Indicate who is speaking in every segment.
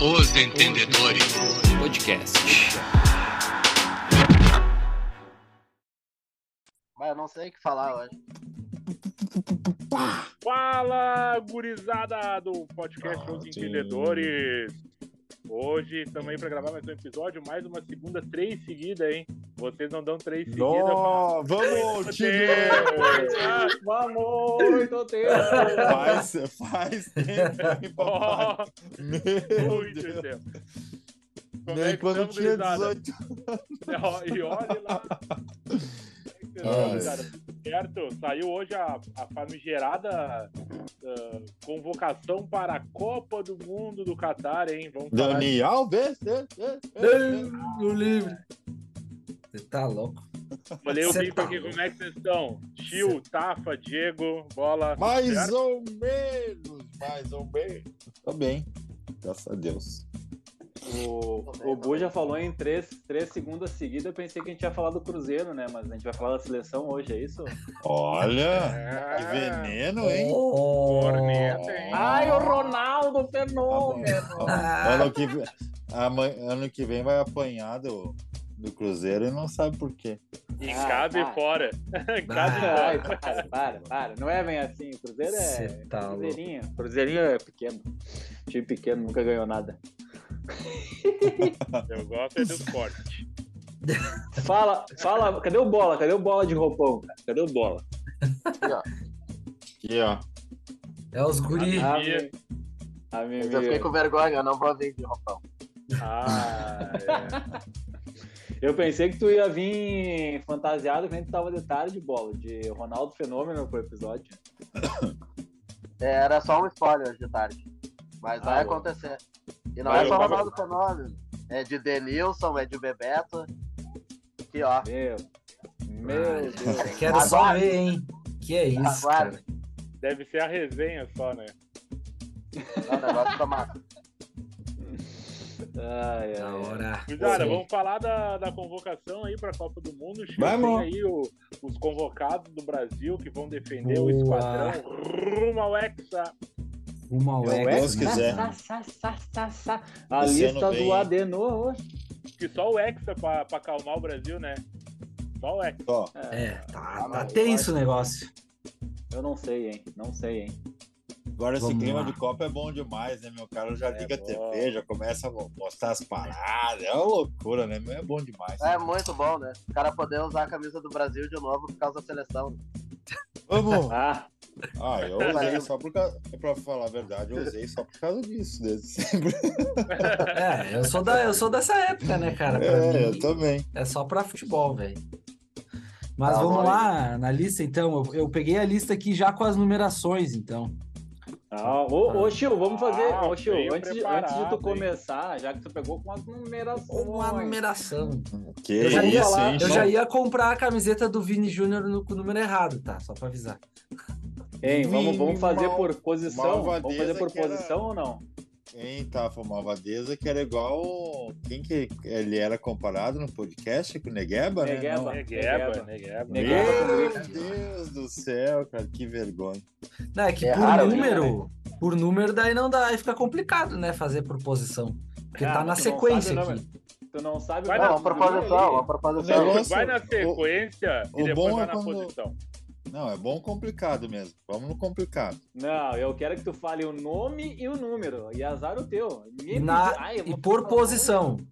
Speaker 1: Os Entendedores
Speaker 2: Podcast.
Speaker 3: Mas eu não sei o que falar, eu acho.
Speaker 4: Fala, gurizada do podcast Os Entendedores. Hoje também para gravar mais um episódio, mais uma segunda, três seguidas, hein? Vocês não dão três seguidas.
Speaker 5: Nó, vamos, time!
Speaker 4: Vamos!
Speaker 6: Muito tempo.
Speaker 5: Faz, faz tempo, hein, papai? Meu
Speaker 4: Muito
Speaker 5: Deus.
Speaker 4: tempo. Como é
Speaker 5: Nem
Speaker 4: que
Speaker 5: quando
Speaker 4: estamos,
Speaker 5: tinha
Speaker 4: gurizada?
Speaker 5: 18
Speaker 4: É, Ó, E olha lá. Como é que vocês
Speaker 5: Ah,
Speaker 4: estão, gurizada? Tudo Certo, saiu hoje a, a famigerada ah, convocação para a Copa do Mundo do Catar, hein? Vamos falar
Speaker 5: Dani Alves? é, é, é, é.
Speaker 6: No livre. Você tá louco?
Speaker 4: Valeu,
Speaker 6: Cê
Speaker 4: Bico,
Speaker 6: tá
Speaker 4: aqui,
Speaker 6: louco.
Speaker 4: como é que vocês estão? Tio, Tafa, Diego, bola.
Speaker 5: Mais
Speaker 4: certo?
Speaker 5: ou menos, mais ou menos. Tá bem, graças a Deus.
Speaker 3: Tô bem,
Speaker 6: O, o
Speaker 3: tô
Speaker 6: Bu
Speaker 3: bem.
Speaker 6: já falou em três, três segundas seguidas. Eu pensei que a gente ia falar do Cruzeiro, né? Mas a gente vai falar da seleção hoje, é isso?
Speaker 5: Olha,
Speaker 4: Ah, É.
Speaker 5: que veneno, hein?
Speaker 4: corneta, hein?
Speaker 5: Ai, o
Speaker 6: Ronaldo
Speaker 5: Tá
Speaker 7: Ah,
Speaker 5: Ano que, vem- amanhã- ano que vem vai apanhar do, do Cruzeiro e não sabe por quê.
Speaker 4: E cabe
Speaker 6: Ah, tá. Ah.
Speaker 4: fora. cabe
Speaker 6: Ai,
Speaker 4: fora.
Speaker 6: para, para, para. Não é bem assim. O Cruzeiro é.
Speaker 7: Você tá louco.
Speaker 6: Cruzeirinho. Cruzeirinho é pequeno. Time pequeno, nunca ganhou nada.
Speaker 4: Eu gosto é do esporte.
Speaker 6: Fala, fala. Cadê o bola? Cadê o bola de roupão? cara? Cadê o bola?
Speaker 5: Aqui, ó.
Speaker 7: É os guri.
Speaker 6: Ah,
Speaker 4: Mimir.
Speaker 6: mi- ah,
Speaker 3: Mas eu fiquei
Speaker 6: Mimir.
Speaker 3: com vergonha, eu não vou vir de roupão.
Speaker 4: Ah, é.
Speaker 6: Eu pensei que tu ia vir fantasiado, que nem tu tava de tarde, bola, de Ronaldo Fenômeno pro episódio.
Speaker 3: É, era só um spoiler de tarde. Mas
Speaker 6: Ah,
Speaker 3: vai
Speaker 6: bom.
Speaker 3: acontecer. E não
Speaker 4: Vai,
Speaker 3: é só
Speaker 4: eu tava-
Speaker 3: Ronaldo Fenômeno. É de Denilson, é de Bebeto. Aqui, ó. é
Speaker 6: Meu, meu Deus.
Speaker 7: Quero só
Speaker 3: Aguarde.
Speaker 7: ver, hein? Que é isso,
Speaker 3: Aguarde.
Speaker 7: cara.
Speaker 4: Deve ser a resenha só, né?
Speaker 3: É um negócio da massa.
Speaker 6: Ai, ai,
Speaker 7: Da
Speaker 6: ai.
Speaker 7: hora.
Speaker 4: Cuidado,
Speaker 7: Sim.
Speaker 4: vamos falar da, da convocação aí para a Copa do Mundo. Chico,
Speaker 5: Vamos.
Speaker 4: Tem aí o- os convocados do Brasil que vão defender o
Speaker 7: Boa.
Speaker 4: esquadrão rumo ao Hexa.
Speaker 7: Uma né? UEX.
Speaker 5: Deus quiser.
Speaker 6: A
Speaker 5: Esse ano
Speaker 6: lista
Speaker 5: vem.
Speaker 6: do Adenor.
Speaker 4: Que só o Hexa para acalmar o Brasil, né? Só o Hexa.
Speaker 5: Ó,
Speaker 7: É, tá, tá
Speaker 6: mas
Speaker 7: tenso o negócio.
Speaker 6: Eu não sei, hein? Não sei, hein?
Speaker 5: agora esse
Speaker 7: Vamos
Speaker 5: clima
Speaker 7: lá.
Speaker 5: de Copa é bom demais, né, meu cara? Eu já
Speaker 4: É
Speaker 5: liga
Speaker 4: bom.
Speaker 5: a TV, já começa a mostrar as paradas. É uma loucura, né? meu? É bom demais.
Speaker 3: É muito bom, né? O cara poder usar a camisa do Brasil de novo por causa da seleção.
Speaker 5: Vamos!
Speaker 6: Ah,
Speaker 5: Ah, eu usei só por causa. Pra falar a verdade, eu usei só por causa disso. né? desde sempre.
Speaker 7: É, eu sou, da, eu sou dessa época, né, cara? Pra
Speaker 5: É,
Speaker 7: mim,
Speaker 5: eu também.
Speaker 7: é só pra futebol, velho. Mas
Speaker 3: Tá bom,
Speaker 7: vamos lá, na lista, então. Eu, eu peguei a lista aqui já com as numerações, então.
Speaker 6: ah, ô, ô, Chiu, vamos fazer.
Speaker 4: Ah,
Speaker 6: ô, Chiu,
Speaker 4: bem
Speaker 6: antes, de- antes de
Speaker 4: preparado,
Speaker 6: tu
Speaker 4: hein?
Speaker 6: começar, já que tu pegou com as
Speaker 7: Uma
Speaker 6: numerações.
Speaker 7: numeração.
Speaker 5: Que
Speaker 7: Eu já ia
Speaker 5: isso,
Speaker 6: falar-
Speaker 5: hein?
Speaker 3: Tá
Speaker 7: Eu
Speaker 5: Só-
Speaker 7: já ia comprar a camiseta do Vini Júnior no- com o número errado, tá? Só pra avisar.
Speaker 6: Hein, vamos, vamos fazer
Speaker 5: Mal-
Speaker 6: por posição? Vamos
Speaker 5: malvadeza
Speaker 6: fazer por
Speaker 5: que era-
Speaker 6: posição ou não?
Speaker 5: Hein, tá, foi malvadeza que era igual. Quem que ele era comparado no podcast com o Negueba, né?
Speaker 6: Negueba.
Speaker 5: Não.
Speaker 4: Negueba, Negueba.
Speaker 6: Negueba.
Speaker 5: Meu Deus do céu, cara, que vergonha.
Speaker 7: Não, é que
Speaker 3: É
Speaker 7: por
Speaker 3: raro, né,
Speaker 7: número, por número daí não dá, aí fica complicado, né, fazer por posição. Porque
Speaker 6: Ah,
Speaker 7: tá na
Speaker 6: tu não
Speaker 7: sequência
Speaker 6: sabe o
Speaker 7: aqui.
Speaker 6: Tu não sabe
Speaker 4: Vai
Speaker 6: qual
Speaker 3: Não,
Speaker 6: é o
Speaker 3: uma proposição,
Speaker 6: número
Speaker 3: uma
Speaker 6: ali.
Speaker 3: proposição.
Speaker 5: Negócio-
Speaker 4: vai na sequência
Speaker 5: o-
Speaker 4: e
Speaker 5: o
Speaker 4: depois
Speaker 5: bom
Speaker 4: vai
Speaker 5: é
Speaker 4: na
Speaker 5: quando-
Speaker 4: posição.
Speaker 5: Não, é bom complicado mesmo. Vamos no complicado.
Speaker 6: Não, eu quero que tu fale o nome e o número. E azar o teu. Ninguém
Speaker 7: Na-
Speaker 6: me- Ai, eu
Speaker 7: E
Speaker 6: vou
Speaker 7: por
Speaker 6: falar
Speaker 7: posição.
Speaker 6: o nome.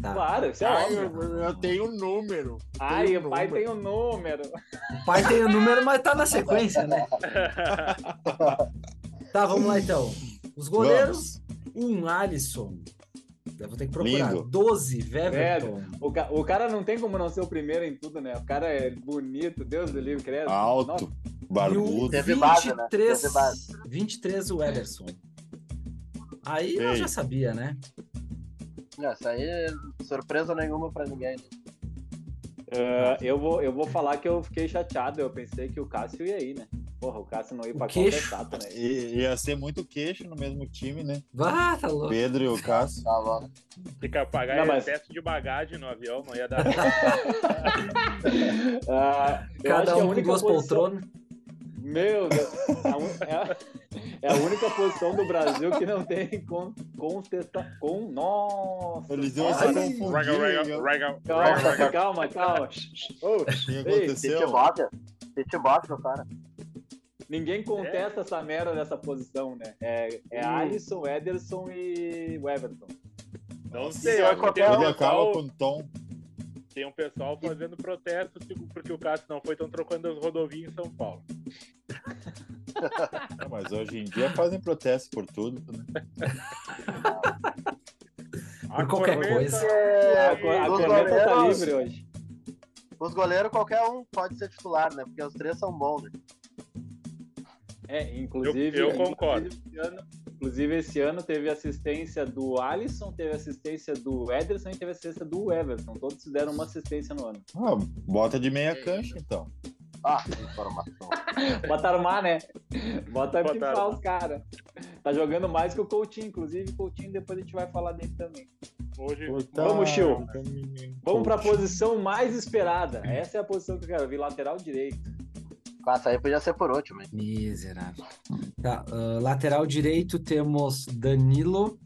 Speaker 7: Tá.
Speaker 6: Claro, isso é óbvio.
Speaker 5: tenho um número.
Speaker 6: Ai,
Speaker 5: tenho
Speaker 6: o pai
Speaker 5: número.
Speaker 6: tem o número.
Speaker 7: O pai tem o número, mas tá na sequência, né? Tá, vamos lá então. Os goleiros, um Alisson. Eu vou ter que procurar.
Speaker 5: Lindo.
Speaker 7: 12, Weverton.
Speaker 6: O, ca- o cara não tem como não ser o primeiro em tudo, né? O cara é bonito, Deus do livre, credo.
Speaker 5: Alto,
Speaker 7: E o
Speaker 5: barbudo.
Speaker 3: Teve base, né?
Speaker 7: 23,
Speaker 3: Teve base.
Speaker 7: 23 o Ederson. Aí eu
Speaker 5: Ei.
Speaker 7: já sabia, né?
Speaker 3: Não, Isso aí, surpresa nenhuma pra ninguém. né?
Speaker 6: Ah, eu, vou, eu vou falar que eu fiquei chateado. Eu pensei que o Cássio ia ir, né? Porra, o Cássio não ia pra
Speaker 7: O
Speaker 6: Copa é
Speaker 7: queixo.
Speaker 6: chato, né?
Speaker 5: I- Ia ser muito queixo no mesmo time, né?
Speaker 7: Ah, tá louco.
Speaker 5: Pedro e o Cássio.
Speaker 3: Tá louco.
Speaker 4: Tem que apagar
Speaker 6: Não, mas-
Speaker 4: excesso de bagagem no avião, não ia dar.
Speaker 6: Ah, eu
Speaker 7: Cada
Speaker 6: acho que a
Speaker 7: um com
Speaker 6: é única
Speaker 7: duas
Speaker 6: posição-
Speaker 7: poltronas.
Speaker 6: Meu Deus. A un- é, a... é a única posição do Brasil que não tem con... contesta... com. Nossa!
Speaker 5: Eles iam
Speaker 7: Ai.
Speaker 5: se
Speaker 4: Raga, raga,
Speaker 5: confundir.
Speaker 4: raga,
Speaker 6: Calma,
Speaker 4: raga, raga.
Speaker 6: calma, calma.
Speaker 5: O que
Speaker 3: City
Speaker 5: aconteceu?
Speaker 3: Bob. City Bob, meu cara.
Speaker 6: Ninguém contesta essa merda dessa posição, né? É, é
Speaker 4: Hum.
Speaker 6: Alisson, Ederson e o Everton.
Speaker 4: Não
Speaker 5: Nossa,
Speaker 4: sei, eu acho que tem um
Speaker 5: Ele acaba
Speaker 4: pessoal,
Speaker 5: com tom.
Speaker 4: tem um pessoal fazendo protesto tipo, porque o Cássio não foi, estão trocando as rodovias em São Paulo.
Speaker 5: Ah, Mas hoje em dia fazem protesto por tudo. né?
Speaker 4: A
Speaker 7: qualquer
Speaker 4: corneta-
Speaker 7: coisa.
Speaker 6: é
Speaker 4: É,
Speaker 6: A, co- a
Speaker 3: Dos
Speaker 6: corneta tá
Speaker 3: goleiros.
Speaker 6: livre hoje.
Speaker 3: Os goleiros, qualquer um pode ser titular, né? Porque os três são bons, né?
Speaker 6: É, inclusive.
Speaker 4: Eu- eu concordo.
Speaker 6: Inclusive esse, ano, inclusive, esse ano teve assistência do Alisson, teve assistência do Ederson e teve assistência do Everton. Todos fizeram uma assistência no ano.
Speaker 5: Ah, bota de meia cancha, então.
Speaker 3: Ah, informação.
Speaker 6: Bota armar, né? Bota
Speaker 4: Bota
Speaker 6: pifar
Speaker 4: armar.
Speaker 6: os caras. Tá jogando mais que o Coutinho, inclusive. O Coutinho depois a gente vai falar dele também.
Speaker 4: Hoje,
Speaker 6: Vamos, Chiu.
Speaker 5: Coitado,
Speaker 6: Vamos pra posição mais esperada. Essa é a posição que eu quero ver, lateral direito.
Speaker 3: Passa aí, podia ser por último, hein?
Speaker 7: Miserável. Tá, ah, lateral direito temos Danilo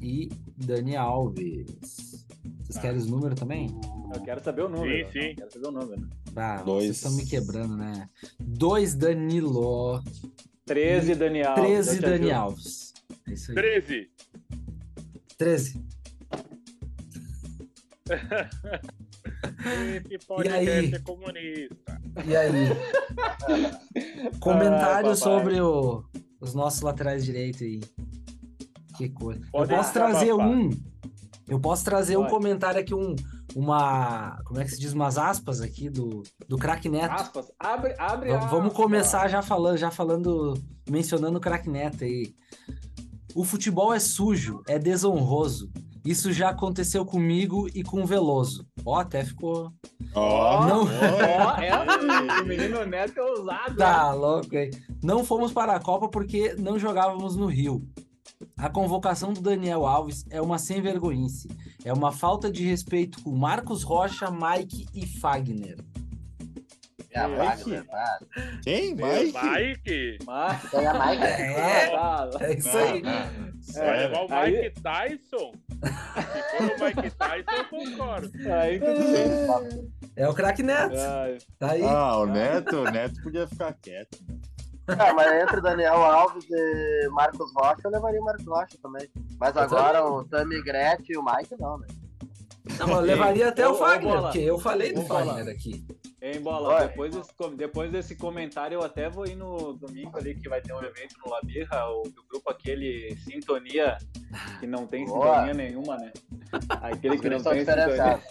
Speaker 7: e Dani Alves.
Speaker 6: Tá.
Speaker 7: Vocês querem os números também?
Speaker 6: Eu quero saber o número. né?
Speaker 4: Sim,
Speaker 6: eu
Speaker 4: sim.
Speaker 6: Quero saber o número.
Speaker 7: Ah,
Speaker 5: Dois.
Speaker 7: vocês estão me quebrando, né? Dois Danilo,
Speaker 6: 13, Daniel.
Speaker 7: 13
Speaker 6: Eu te ajudo.
Speaker 7: Dani Alves. É
Speaker 6: ah.
Speaker 7: isso aí.
Speaker 4: 13.
Speaker 7: 13.
Speaker 4: Esse podcast é comunista.
Speaker 7: E aí? Comentário
Speaker 6: Ai, papai.
Speaker 7: sobre o- os nossos laterais direito aí. Que coisa.
Speaker 4: Pode
Speaker 7: eu posso
Speaker 4: desabafar.
Speaker 7: trazer um. Eu posso trazer um
Speaker 6: Pode.
Speaker 7: comentário aqui, um, uma. Como é que se diz? Umas aspas aqui do, do craque Neto.
Speaker 6: Aspas. Abre, abre
Speaker 7: V-
Speaker 6: a-
Speaker 7: Vamos começar já falando, já falando, mencionando o craque Neto aí. O futebol é sujo, é desonroso. Isso já aconteceu comigo e com o Veloso. Ó, até ficou.
Speaker 5: Ó,
Speaker 7: Não.
Speaker 6: Ó, é, o menino Neto é ousado. né?
Speaker 7: Tá louco aí. Não fomos para a Copa porque não jogávamos no Rio. A convocação do Daniel Alves é uma sem vergonhice. É uma falta de respeito com Marcos Rocha, Mike e Fagner.
Speaker 3: É a
Speaker 6: Ei,
Speaker 3: Wagner, tá?
Speaker 5: Quem?
Speaker 4: É Mike.
Speaker 5: Mike?
Speaker 6: Mas,
Speaker 3: É a Mike.
Speaker 7: É,
Speaker 6: tá,
Speaker 7: é isso
Speaker 5: Não,
Speaker 7: aí.
Speaker 5: não.
Speaker 4: Vai
Speaker 5: É,
Speaker 4: levar o
Speaker 6: Aí-
Speaker 4: Mike Tyson? Se for o Mike Tyson, eu concordo.
Speaker 6: aí tudo bem. né?
Speaker 7: É o craque Neto.
Speaker 6: Ai,
Speaker 7: Tá aí.
Speaker 5: Ah, o Neto, o Neto podia ficar quieto. né?
Speaker 3: É, mas entre Daniel Alves e Marcos Rocha, eu levaria o Marcos Rocha também. Mas
Speaker 7: Eu
Speaker 3: agora o Tammy Gretchen e o Mike não, né?
Speaker 7: Não, eu levaria até o
Speaker 6: Ô, ô,
Speaker 7: Fagner,
Speaker 6: Bola.
Speaker 7: porque eu falei do
Speaker 6: Ô, Bola.
Speaker 7: Fagner aqui.
Speaker 6: Hein, Bola,
Speaker 3: Vai.
Speaker 6: depois desse, com- depois desse comentário eu até vou ir no domingo ali que vai ter um evento no Labirra, o do grupo aquele Sintonia, que não tem
Speaker 3: Boa.
Speaker 6: sintonia nenhuma, né? Aquele que não
Speaker 3: São
Speaker 6: tem sintonia.
Speaker 3: diferenciados.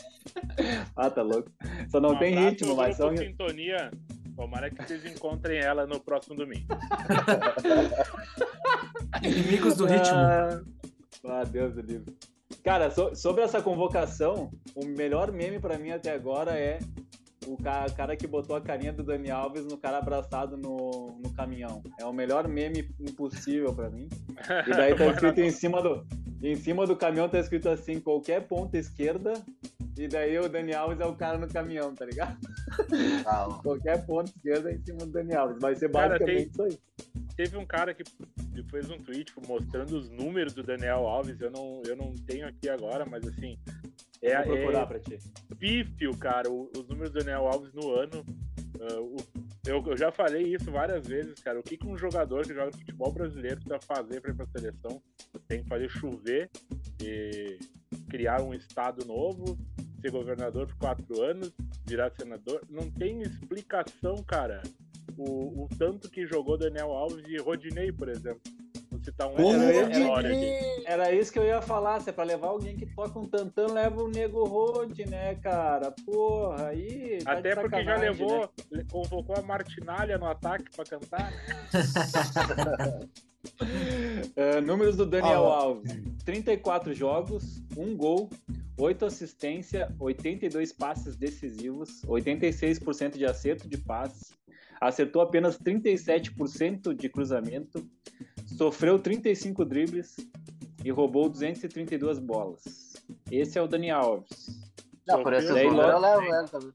Speaker 6: Ah, tá louco. Só não
Speaker 4: Um
Speaker 6: tem
Speaker 4: abraço,
Speaker 6: ritmo,
Speaker 4: meu
Speaker 6: mas só...
Speaker 4: grupo sintonia. Tomara que vocês encontrem ela no próximo domingo.
Speaker 7: Inimigos do
Speaker 6: É.
Speaker 7: ritmo.
Speaker 6: Ah, Deus do livro. Cara, so- sobre essa convocação, o melhor meme pra mim até agora é o ca- cara que botou a carinha do Dani Alves no cara abraçado no, no caminhão. É o melhor meme impossível pra mim. E daí tá escrito em cima do em cima do caminhão tá escrito assim qualquer ponta esquerda e daí o Dani Alves é o cara no caminhão, tá ligado?
Speaker 3: Tá, ó.
Speaker 6: Qualquer ponta esquerda é em cima do Dani Alves. Vai ser
Speaker 4: Cara,
Speaker 6: basicamente isso aí.
Speaker 4: Teve um cara que fez um tweet mostrando os números do Daniel Alves. Eu não, eu não tenho aqui agora, mas assim. É,
Speaker 6: Vou procurar
Speaker 4: é
Speaker 6: pra ti.
Speaker 4: pífio, cara, o- os números do Daniel Alves no ano. Ah, o- eu, eu já falei isso várias vezes, cara. O que, que um jogador que joga futebol brasileiro precisa fazer para ir para seleção? Tem que fazer chover e criar um estado novo, ser governador por quatro anos, virar senador. Não tem explicação, cara. O, o tanto que jogou Daniel Alves e Rodinei, por exemplo. Vou citar um
Speaker 5: Porra,
Speaker 4: aleatório
Speaker 6: tá
Speaker 5: Rodinei!
Speaker 4: aqui.
Speaker 6: Era isso que eu ia falar, se é pra levar alguém que toca um tantã, leva o Nego Rode, né, cara? Porra, aí... tá de
Speaker 4: Até porque já
Speaker 6: sacanagem,
Speaker 4: levou,
Speaker 6: né?
Speaker 4: le- convocou a Martinalha no ataque para cantar.
Speaker 6: É, números do Daniel
Speaker 5: Ah,
Speaker 6: Alves. 34 jogos, 1 gol, 8 assistências, 82 passes decisivos, 86% de acerto de passes, acertou apenas 37% de cruzamento, sofreu 35 dribles e roubou 232 bolas. Esse é o Daniel Alves.
Speaker 3: Não, por esses
Speaker 6: Daí
Speaker 3: números eu
Speaker 6: logo-
Speaker 3: levo ele também.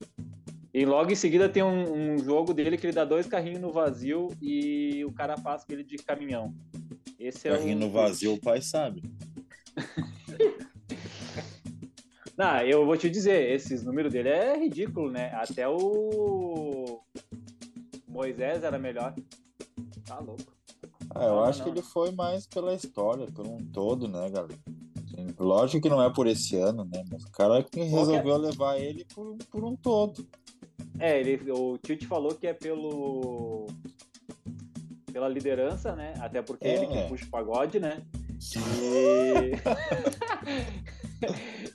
Speaker 6: E logo em seguida tem um, um jogo dele que ele dá dois carrinhos no vazio e o cara passa ele de caminhão. Esse é
Speaker 5: Carrinho
Speaker 6: um...
Speaker 5: no vazio, o pai sabe.
Speaker 6: Não, Ah, eu vou te dizer, esses números dele é ridículo, né? Até o Moisés era melhor. Tá louco.
Speaker 5: Ah, eu
Speaker 6: Não,
Speaker 5: acho
Speaker 6: não,
Speaker 5: que ele
Speaker 6: não.
Speaker 5: foi mais pela história, por um todo, né, galera? Sim, Lógico que não é por esse ano, né? Mas o cara que resolveu levar ele por, por um todo.
Speaker 6: É, ele, o Tite falou que é pelo pela liderança, né? Até porque
Speaker 5: É.
Speaker 6: ele que puxa o pagode, né? E...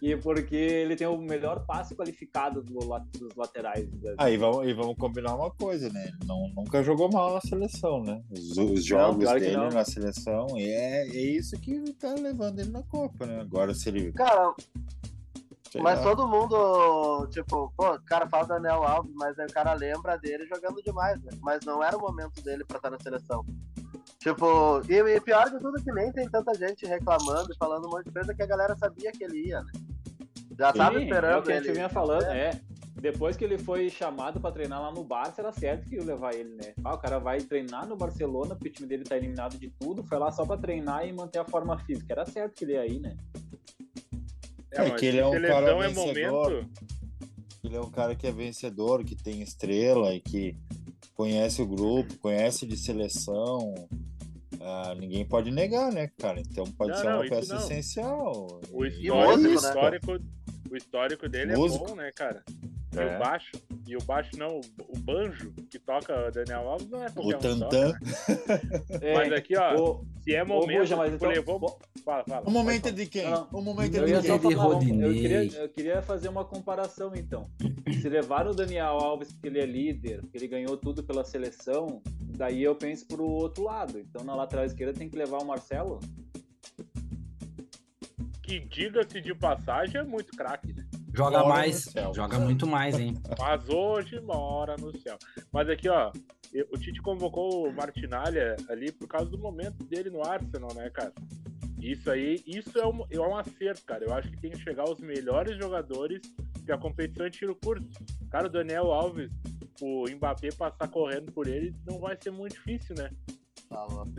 Speaker 6: e porque ele tem o melhor passe qualificado do la- dos laterais. da-
Speaker 5: Aí vamos, Ah, e vamos combinar uma coisa, né? Ele não, nunca jogou mal na seleção, né? Os, os jogos
Speaker 6: claro que
Speaker 5: dele
Speaker 6: não.
Speaker 5: na seleção, e é, é isso que tá levando ele na Copa, né? Agora se ele.
Speaker 3: Cara,
Speaker 5: sei
Speaker 3: mas
Speaker 5: lá,
Speaker 3: todo mundo, tipo, pô, o cara fala do Daniel Alves, mas aí o cara lembra dele jogando demais, né? Mas não era o momento dele pra estar na seleção. Tipo, e, e pior de tudo que nem tem tanta gente reclamando e falando um monte de coisa que a galera sabia que ele ia, né? Já tava
Speaker 6: Sim,
Speaker 3: esperando
Speaker 6: é o que a
Speaker 3: ele.
Speaker 6: gente vinha falando, é. Depois que ele foi chamado pra treinar lá no Barça, era certo que ia levar ele, né? Ah, o cara vai treinar no Barcelona, porque o time dele tá eliminado de tudo, foi lá só pra treinar e manter a forma física. Era certo que ele ia aí, né?
Speaker 5: É que ele é um
Speaker 4: seleção
Speaker 5: cara
Speaker 4: é
Speaker 5: vencedor.
Speaker 4: momento.
Speaker 5: Ele é um cara que é vencedor, que tem estrela e que conhece o grupo, conhece de seleção. Ah, ninguém pode negar, né, cara? Então pode
Speaker 4: Não,
Speaker 5: ser
Speaker 4: não,
Speaker 5: uma
Speaker 4: isso
Speaker 5: peça
Speaker 4: não.
Speaker 5: essencial.
Speaker 4: O
Speaker 5: E-
Speaker 4: histórico,
Speaker 3: músico,
Speaker 4: o
Speaker 3: né?
Speaker 4: histórico, o histórico dele
Speaker 5: Músico.
Speaker 4: é bom, né, cara? E
Speaker 5: É.
Speaker 4: o baixo, e o baixo não, o banjo que toca Daniel Alves não é
Speaker 5: O
Speaker 4: qualquer um que toca.
Speaker 5: Tantan.
Speaker 6: É,
Speaker 4: Mas aqui, ó,
Speaker 6: o-
Speaker 4: se é
Speaker 6: Ô,
Speaker 4: momento,
Speaker 6: Buja, mas
Speaker 4: tipo,
Speaker 6: então-
Speaker 4: levou... Fala, fala.
Speaker 5: O momento é
Speaker 4: pode
Speaker 5: de quem?
Speaker 6: Não,
Speaker 5: O momento
Speaker 6: eu,
Speaker 5: é
Speaker 6: ia
Speaker 5: de
Speaker 6: só
Speaker 5: quem?
Speaker 7: Ele
Speaker 6: falar, um- eu,
Speaker 7: Rodinei.
Speaker 6: queria, eu queria fazer uma comparação, então. Se levaram o Daniel Alves, porque ele é líder, porque ele ganhou tudo pela seleção, daí eu penso pro outro lado. Então na lateral esquerda tem que levar o Marcelo.
Speaker 4: falar. Que diga-se de passagem é muito craque, né?
Speaker 7: Joga
Speaker 5: Bora,
Speaker 7: mais,
Speaker 5: Marcelo.
Speaker 7: joga muito mais, hein?
Speaker 4: Mas hoje mora no céu. Mas aqui, ó, eu- o Tite convocou o Martinalha ali por causa do momento dele no Arsenal, né, cara? Isso aí, isso é um, é um acerto, cara. Eu acho que tem que chegar os melhores jogadores que a competição é tiro curto. Cara, o Daniel Alves, o Mbappé passar correndo por ele não vai ser muito difícil, né?
Speaker 3: Tá louco.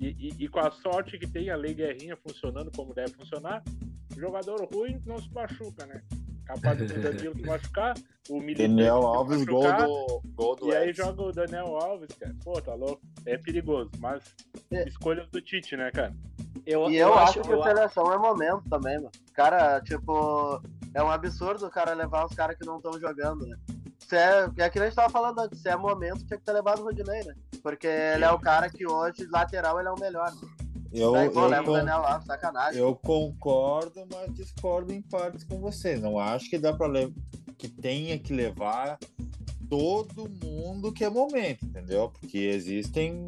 Speaker 4: E, e- e com a sorte que tem a Lei Guerrinha funcionando como deve funcionar, jogador ruim não se machuca, né? Capaz do Danilo se machucar, o Militão
Speaker 5: Daniel
Speaker 4: se
Speaker 5: Alves, gol
Speaker 4: machucar,
Speaker 5: do, gol do
Speaker 4: E aí
Speaker 5: Edson.
Speaker 4: joga o Daniel Alves, cara. Pô, tá louco. É perigoso, mas
Speaker 3: É.
Speaker 4: escolhas do Tite, né, cara?
Speaker 6: Eu,
Speaker 3: E eu, acho, que a seleção é momento também, mano. Cara, tipo, é um absurdo o cara levar os caras que não estão jogando, né? Se é, é que a gente tava falando antes, se é momento, tinha que ter levado o Rodinei, né? Porque ele é o cara que hoje, lateral, ele é o melhor. Né?
Speaker 5: Eu,
Speaker 3: Daí,
Speaker 5: eu,
Speaker 3: pô, leva o
Speaker 5: con-
Speaker 3: Daniel Alves, sacanagem.
Speaker 5: eu concordo, mas discordo em partes com vocês. Não acho que dá para que tenha que levar todo mundo que é momento, entendeu? Porque existem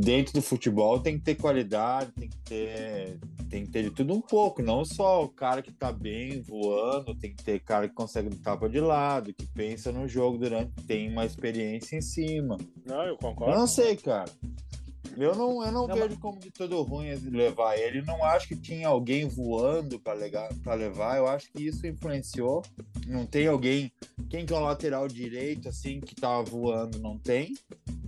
Speaker 5: dentro do futebol tem que ter qualidade, tem que ter tem que ter de tudo um pouco, não só o cara que tá bem voando, tem que ter cara que consegue dar tapa de lado, que pensa no jogo durante, tem uma experiência em cima.
Speaker 4: Não, eu
Speaker 5: Eu
Speaker 4: concordo.
Speaker 5: não sei, cara. Eu não, eu não,
Speaker 6: Não,
Speaker 5: vejo como de todo ruim levar ele. Não acho que tinha alguém voando para levar. Eu acho que isso influenciou. Não tem alguém. Quem que é o lateral direito, assim, que tava voando, não tem.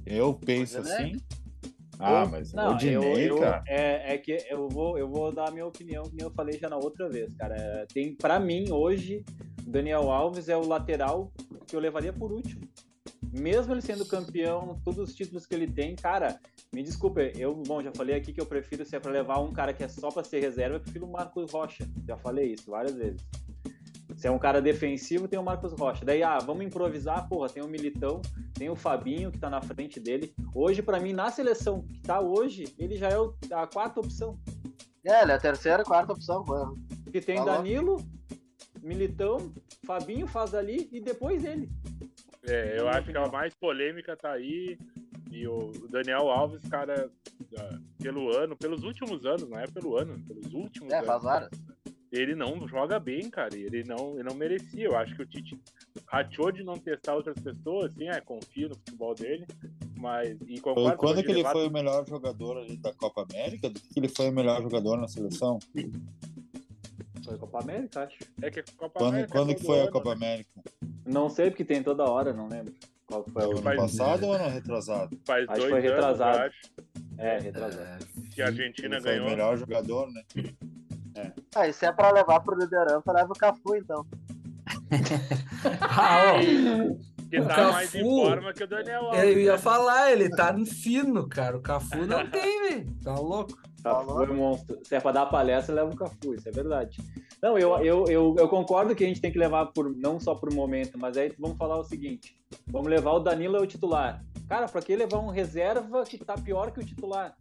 Speaker 5: Eu penso
Speaker 4: é, né?
Speaker 3: Rodinei.
Speaker 5: assim. Ah, mas
Speaker 6: Não,
Speaker 5: o
Speaker 6: eu,
Speaker 5: Dinei,
Speaker 6: eu-
Speaker 5: cara.
Speaker 6: é, é que eu vou, eu vou dar a minha opinião, que nem eu falei já na outra vez, cara. É, Tem, pra mim, hoje, Daniel Alves é o lateral que eu levaria por último. Mesmo ele sendo campeão, todos os títulos que ele tem, cara, me desculpa, eu, bom, já falei aqui que eu prefiro, se é pra levar um cara que é só pra ser reserva, eu prefiro o Marcos Rocha. Já falei isso várias vezes. Se é um cara defensivo, tem o Marcos Rocha. Daí, ah, vamos improvisar, porra, tem o Militão, tem o Fabinho que tá na frente dele. Hoje, pra mim, na seleção que tá hoje, ele já é o- a quarta opção.
Speaker 3: É, ele é a terceira, quarta opção, mano.
Speaker 6: Que tem
Speaker 3: Alô?
Speaker 6: Danilo, Militão, Fabinho faz ali e depois ele.
Speaker 4: É, eu acho que a mais polêmica tá aí. E o Daniel Alves, cara, ah, pelo ano, pelos últimos anos, não é pelo ano, pelos últimos
Speaker 3: É,
Speaker 4: anos.
Speaker 3: faz várias.
Speaker 4: ele não joga bem, cara. e Ele não, ele não merecia. Eu acho que o Tite rachou de não testar outras pessoas, assim, é, confio no futebol dele. Mas. E concordo, com
Speaker 5: Quando
Speaker 4: o
Speaker 5: que ele
Speaker 4: Dilevato,
Speaker 5: foi o melhor jogador ali da Copa América? Do que que ele foi o melhor jogador na seleção?
Speaker 6: Foi Copa América, acho.
Speaker 4: É que a Copa
Speaker 5: Quando,
Speaker 4: América
Speaker 5: quando
Speaker 4: é
Speaker 5: que
Speaker 4: todo
Speaker 5: foi a
Speaker 4: ano,
Speaker 5: Copa
Speaker 4: né?
Speaker 5: América?
Speaker 6: Não sei, porque tem toda hora, não lembro. Qual foi o.
Speaker 5: Ano
Speaker 4: Mas-
Speaker 5: passado ou ano retrasado?
Speaker 4: Faz
Speaker 6: Acho que
Speaker 4: dois
Speaker 6: foi
Speaker 4: anos,
Speaker 6: retrasado.
Speaker 4: eu acho,
Speaker 6: É, retrasado.
Speaker 4: que a Argentina
Speaker 5: Ele foi o
Speaker 4: ganhou.
Speaker 5: melhor jogador, né?
Speaker 3: Ah, e se é pra levar pro liderança, leva o Cafu, então.
Speaker 7: Ah, ó,
Speaker 4: Que
Speaker 7: O
Speaker 4: tá mais em
Speaker 7: Cafu,
Speaker 4: forma que o Daniel Alves.
Speaker 7: eu ia
Speaker 4: né?
Speaker 7: falar, ele tá fino, cara. O Cafu não tem, velho. Tá louco?
Speaker 6: Cafu
Speaker 3: Falou.
Speaker 6: é monstro. Se é pra dar palestra, leva o Cafu, isso é verdade. Não, eu, eu, eu, eu concordo que a gente tem que levar por, não só por momento, mas aí vamos falar o seguinte: vamos levar o Danilo é o titular. Cara, pra que levar um reserva que tá pior que o titular?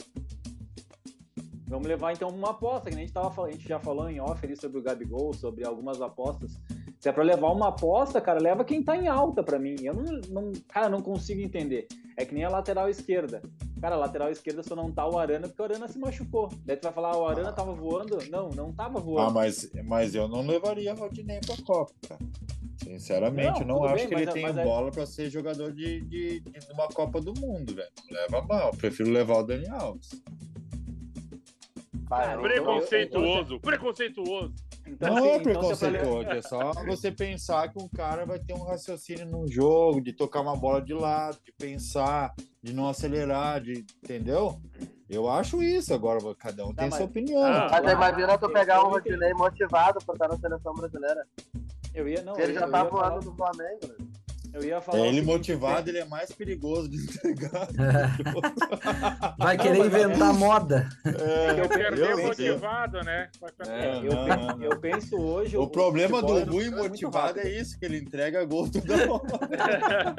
Speaker 6: Vamos levar então uma aposta, que nem a gente, tava, fal- a gente já falou em off ali sobre o Gabigol, sobre algumas apostas. Se é pra levar uma aposta, cara, leva quem tá em alta pra mim. Eu não, não, cara, não consigo entender. É que nem a lateral esquerda. Cara, a lateral esquerda só não tá o Arana porque o Arana se machucou. Daí tu vai falar, "Ah, o Arana tava voando? Não, não tava
Speaker 5: Ah,
Speaker 6: voando.
Speaker 5: mas, mas eu não levaria Rodinei pra Copa, cara. Sinceramente,
Speaker 6: Não,
Speaker 5: eu não
Speaker 6: tudo
Speaker 5: acho
Speaker 6: bem,
Speaker 5: que ele
Speaker 6: mas-
Speaker 5: tem
Speaker 6: mas é-
Speaker 5: bola pra ser jogador de, de, de uma Copa do Mundo, velho. Não Leva mal. Eu Prefiro levar o Dani Alves.
Speaker 3: Vai,
Speaker 6: Cara,
Speaker 3: eu-
Speaker 4: Preconceituoso, preconceituoso.
Speaker 6: Então,
Speaker 5: não
Speaker 6: assim,
Speaker 5: é
Speaker 6: então se é pra levar-
Speaker 5: preconceituoso, é só você pensar que um cara vai ter um raciocínio num jogo, de tocar uma bola de lado, de pensar, de não acelerar, de, entendeu? Eu acho isso. Agora cada um tem
Speaker 6: Tá, mas-
Speaker 5: sua opinião.
Speaker 4: Ah,
Speaker 3: Mas aí imagina tu pegar um
Speaker 6: Eu entendi.
Speaker 3: Rodinei motivado pra estar na seleção brasileira.
Speaker 6: Eu ia, não,
Speaker 3: Que ele
Speaker 6: eu,
Speaker 3: já
Speaker 6: eu
Speaker 3: tá
Speaker 6: ia falar,
Speaker 3: voando do Flamengo. né?
Speaker 6: eu ia falar
Speaker 5: É,
Speaker 6: o
Speaker 5: ele
Speaker 6: seguinte,
Speaker 5: motivado, ele é mais perigoso de entregar.
Speaker 7: Vai
Speaker 6: Não,
Speaker 7: querer
Speaker 6: mas-
Speaker 7: inventar moda.
Speaker 5: É,
Speaker 4: Eu perder
Speaker 5: eu-
Speaker 4: tá motivado, né? Vai ficar-
Speaker 6: é, eu,
Speaker 5: Não,
Speaker 6: penso,
Speaker 5: não, não.
Speaker 6: eu penso hoje.
Speaker 5: O problema
Speaker 6: futebol
Speaker 5: do
Speaker 6: é
Speaker 5: ruim
Speaker 6: muito
Speaker 5: motivado
Speaker 6: rápido.
Speaker 5: é isso, que ele entrega gol toda hora.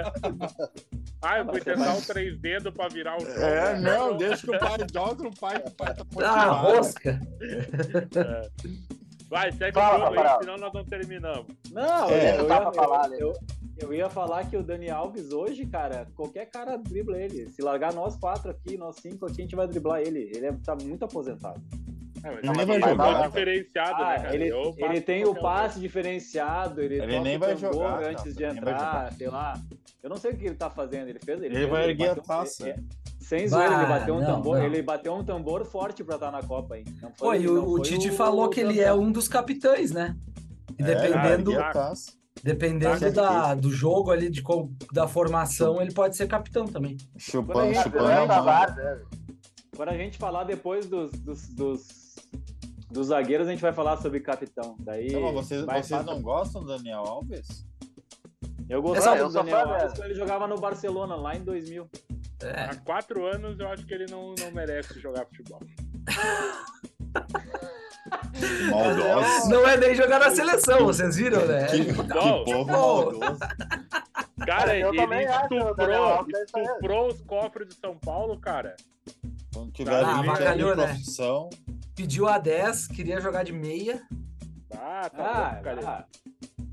Speaker 4: Ah, eu fui
Speaker 6: Você
Speaker 4: tentar
Speaker 6: vai-
Speaker 4: o três dedos pra virar o né? jogo.
Speaker 5: É, não, deixa que o pai joga, o pai, o pai tá
Speaker 7: Ah,
Speaker 5: motivado.
Speaker 7: rosca.
Speaker 4: é. Vai, segue
Speaker 3: Fala,
Speaker 4: o jogo aí,
Speaker 3: Cabral.
Speaker 4: senão nós não terminamos.
Speaker 6: Não,
Speaker 5: É.
Speaker 6: eu, eu,
Speaker 3: Dá pra
Speaker 6: ia,
Speaker 3: falar,
Speaker 6: eu, eu- eu ia falar que o Dani Alves hoje, cara, qualquer cara dribla ele. Se largar nós quatro aqui, nós cinco aqui, a gente vai driblar ele. Ele é- tá muito aposentado.
Speaker 5: Ele nem vai
Speaker 4: é um
Speaker 5: jogar,
Speaker 4: jogo
Speaker 5: cara.
Speaker 4: diferenciado, né,
Speaker 6: Ah,
Speaker 4: cara?
Speaker 6: ele,
Speaker 4: Eu
Speaker 6: ele
Speaker 4: passo
Speaker 6: tem o
Speaker 4: qualquer um.
Speaker 6: passe diferenciado, ele,
Speaker 5: Ele
Speaker 6: toca
Speaker 5: nem
Speaker 6: o
Speaker 5: vai
Speaker 6: tambor
Speaker 5: jogar,
Speaker 6: antes
Speaker 5: Tafa,
Speaker 6: de
Speaker 5: ele nem vai
Speaker 6: entrar, sei lá. Eu não sei o que ele tá fazendo, ele fez... Ele,
Speaker 5: Ele
Speaker 6: fez-
Speaker 5: vai erguer
Speaker 6: bateu
Speaker 5: a
Speaker 6: um-
Speaker 5: taça.
Speaker 6: é- sem zoeira, ele
Speaker 7: Bah,
Speaker 6: bateu um
Speaker 7: não,
Speaker 6: tambor,
Speaker 7: não.
Speaker 6: ele bateu um tambor forte pra estar na Copa, hein? Não
Speaker 7: Pô,
Speaker 6: foi-
Speaker 7: e
Speaker 6: não
Speaker 7: o, o
Speaker 6: foi
Speaker 7: Tite
Speaker 6: o-
Speaker 7: falou que ele é um dos capitães, né? E dependendo,
Speaker 5: É, cara, taça.
Speaker 7: dependendo
Speaker 5: tá
Speaker 7: da,
Speaker 5: certeza.
Speaker 7: do jogo ali, de, qual- da formação, ele pode ser capitão também.
Speaker 6: Por aí,
Speaker 5: chupando,
Speaker 3: Mas
Speaker 5: chupando
Speaker 3: não é
Speaker 5: a mão.
Speaker 3: Tavares, né?
Speaker 6: Para a gente falar depois dos, dos, dos, dos zagueiros, a gente vai falar sobre capitão. Daí
Speaker 5: Não, mas Tá vocês,
Speaker 6: vai-
Speaker 5: vocês
Speaker 6: passa-
Speaker 5: não gostam do Daniel Alves?
Speaker 6: Eu
Speaker 7: Pessoal,
Speaker 6: gostava
Speaker 3: eu
Speaker 6: do
Speaker 3: sou
Speaker 6: Daniel
Speaker 3: fã
Speaker 6: Alves
Speaker 3: dela.
Speaker 6: quando ele jogava no Barcelona, lá em 2000.
Speaker 7: É.
Speaker 4: Há quatro anos eu acho que ele não, não merece jogar futebol.
Speaker 6: Ah.
Speaker 5: Maldosos.
Speaker 7: Não é nem jogar na seleção, vocês viram, né?
Speaker 5: Que, que
Speaker 4: Não.
Speaker 5: povo maldoso.
Speaker 4: Cara,
Speaker 3: Eu
Speaker 4: ele
Speaker 3: também acho, Daniel
Speaker 4: estuprou,
Speaker 3: Alves, é isso aí.
Speaker 4: estuprou os cofres de São Paulo, cara.
Speaker 5: Quando tiver
Speaker 4: Ah,
Speaker 5: 20 anos
Speaker 7: avacalhou,
Speaker 5: de
Speaker 7: né?
Speaker 5: profissão,
Speaker 7: Pediu a 10, queria jogar de meia.
Speaker 4: Ah, tá
Speaker 6: Ah,
Speaker 4: louco, cara.
Speaker 6: ah,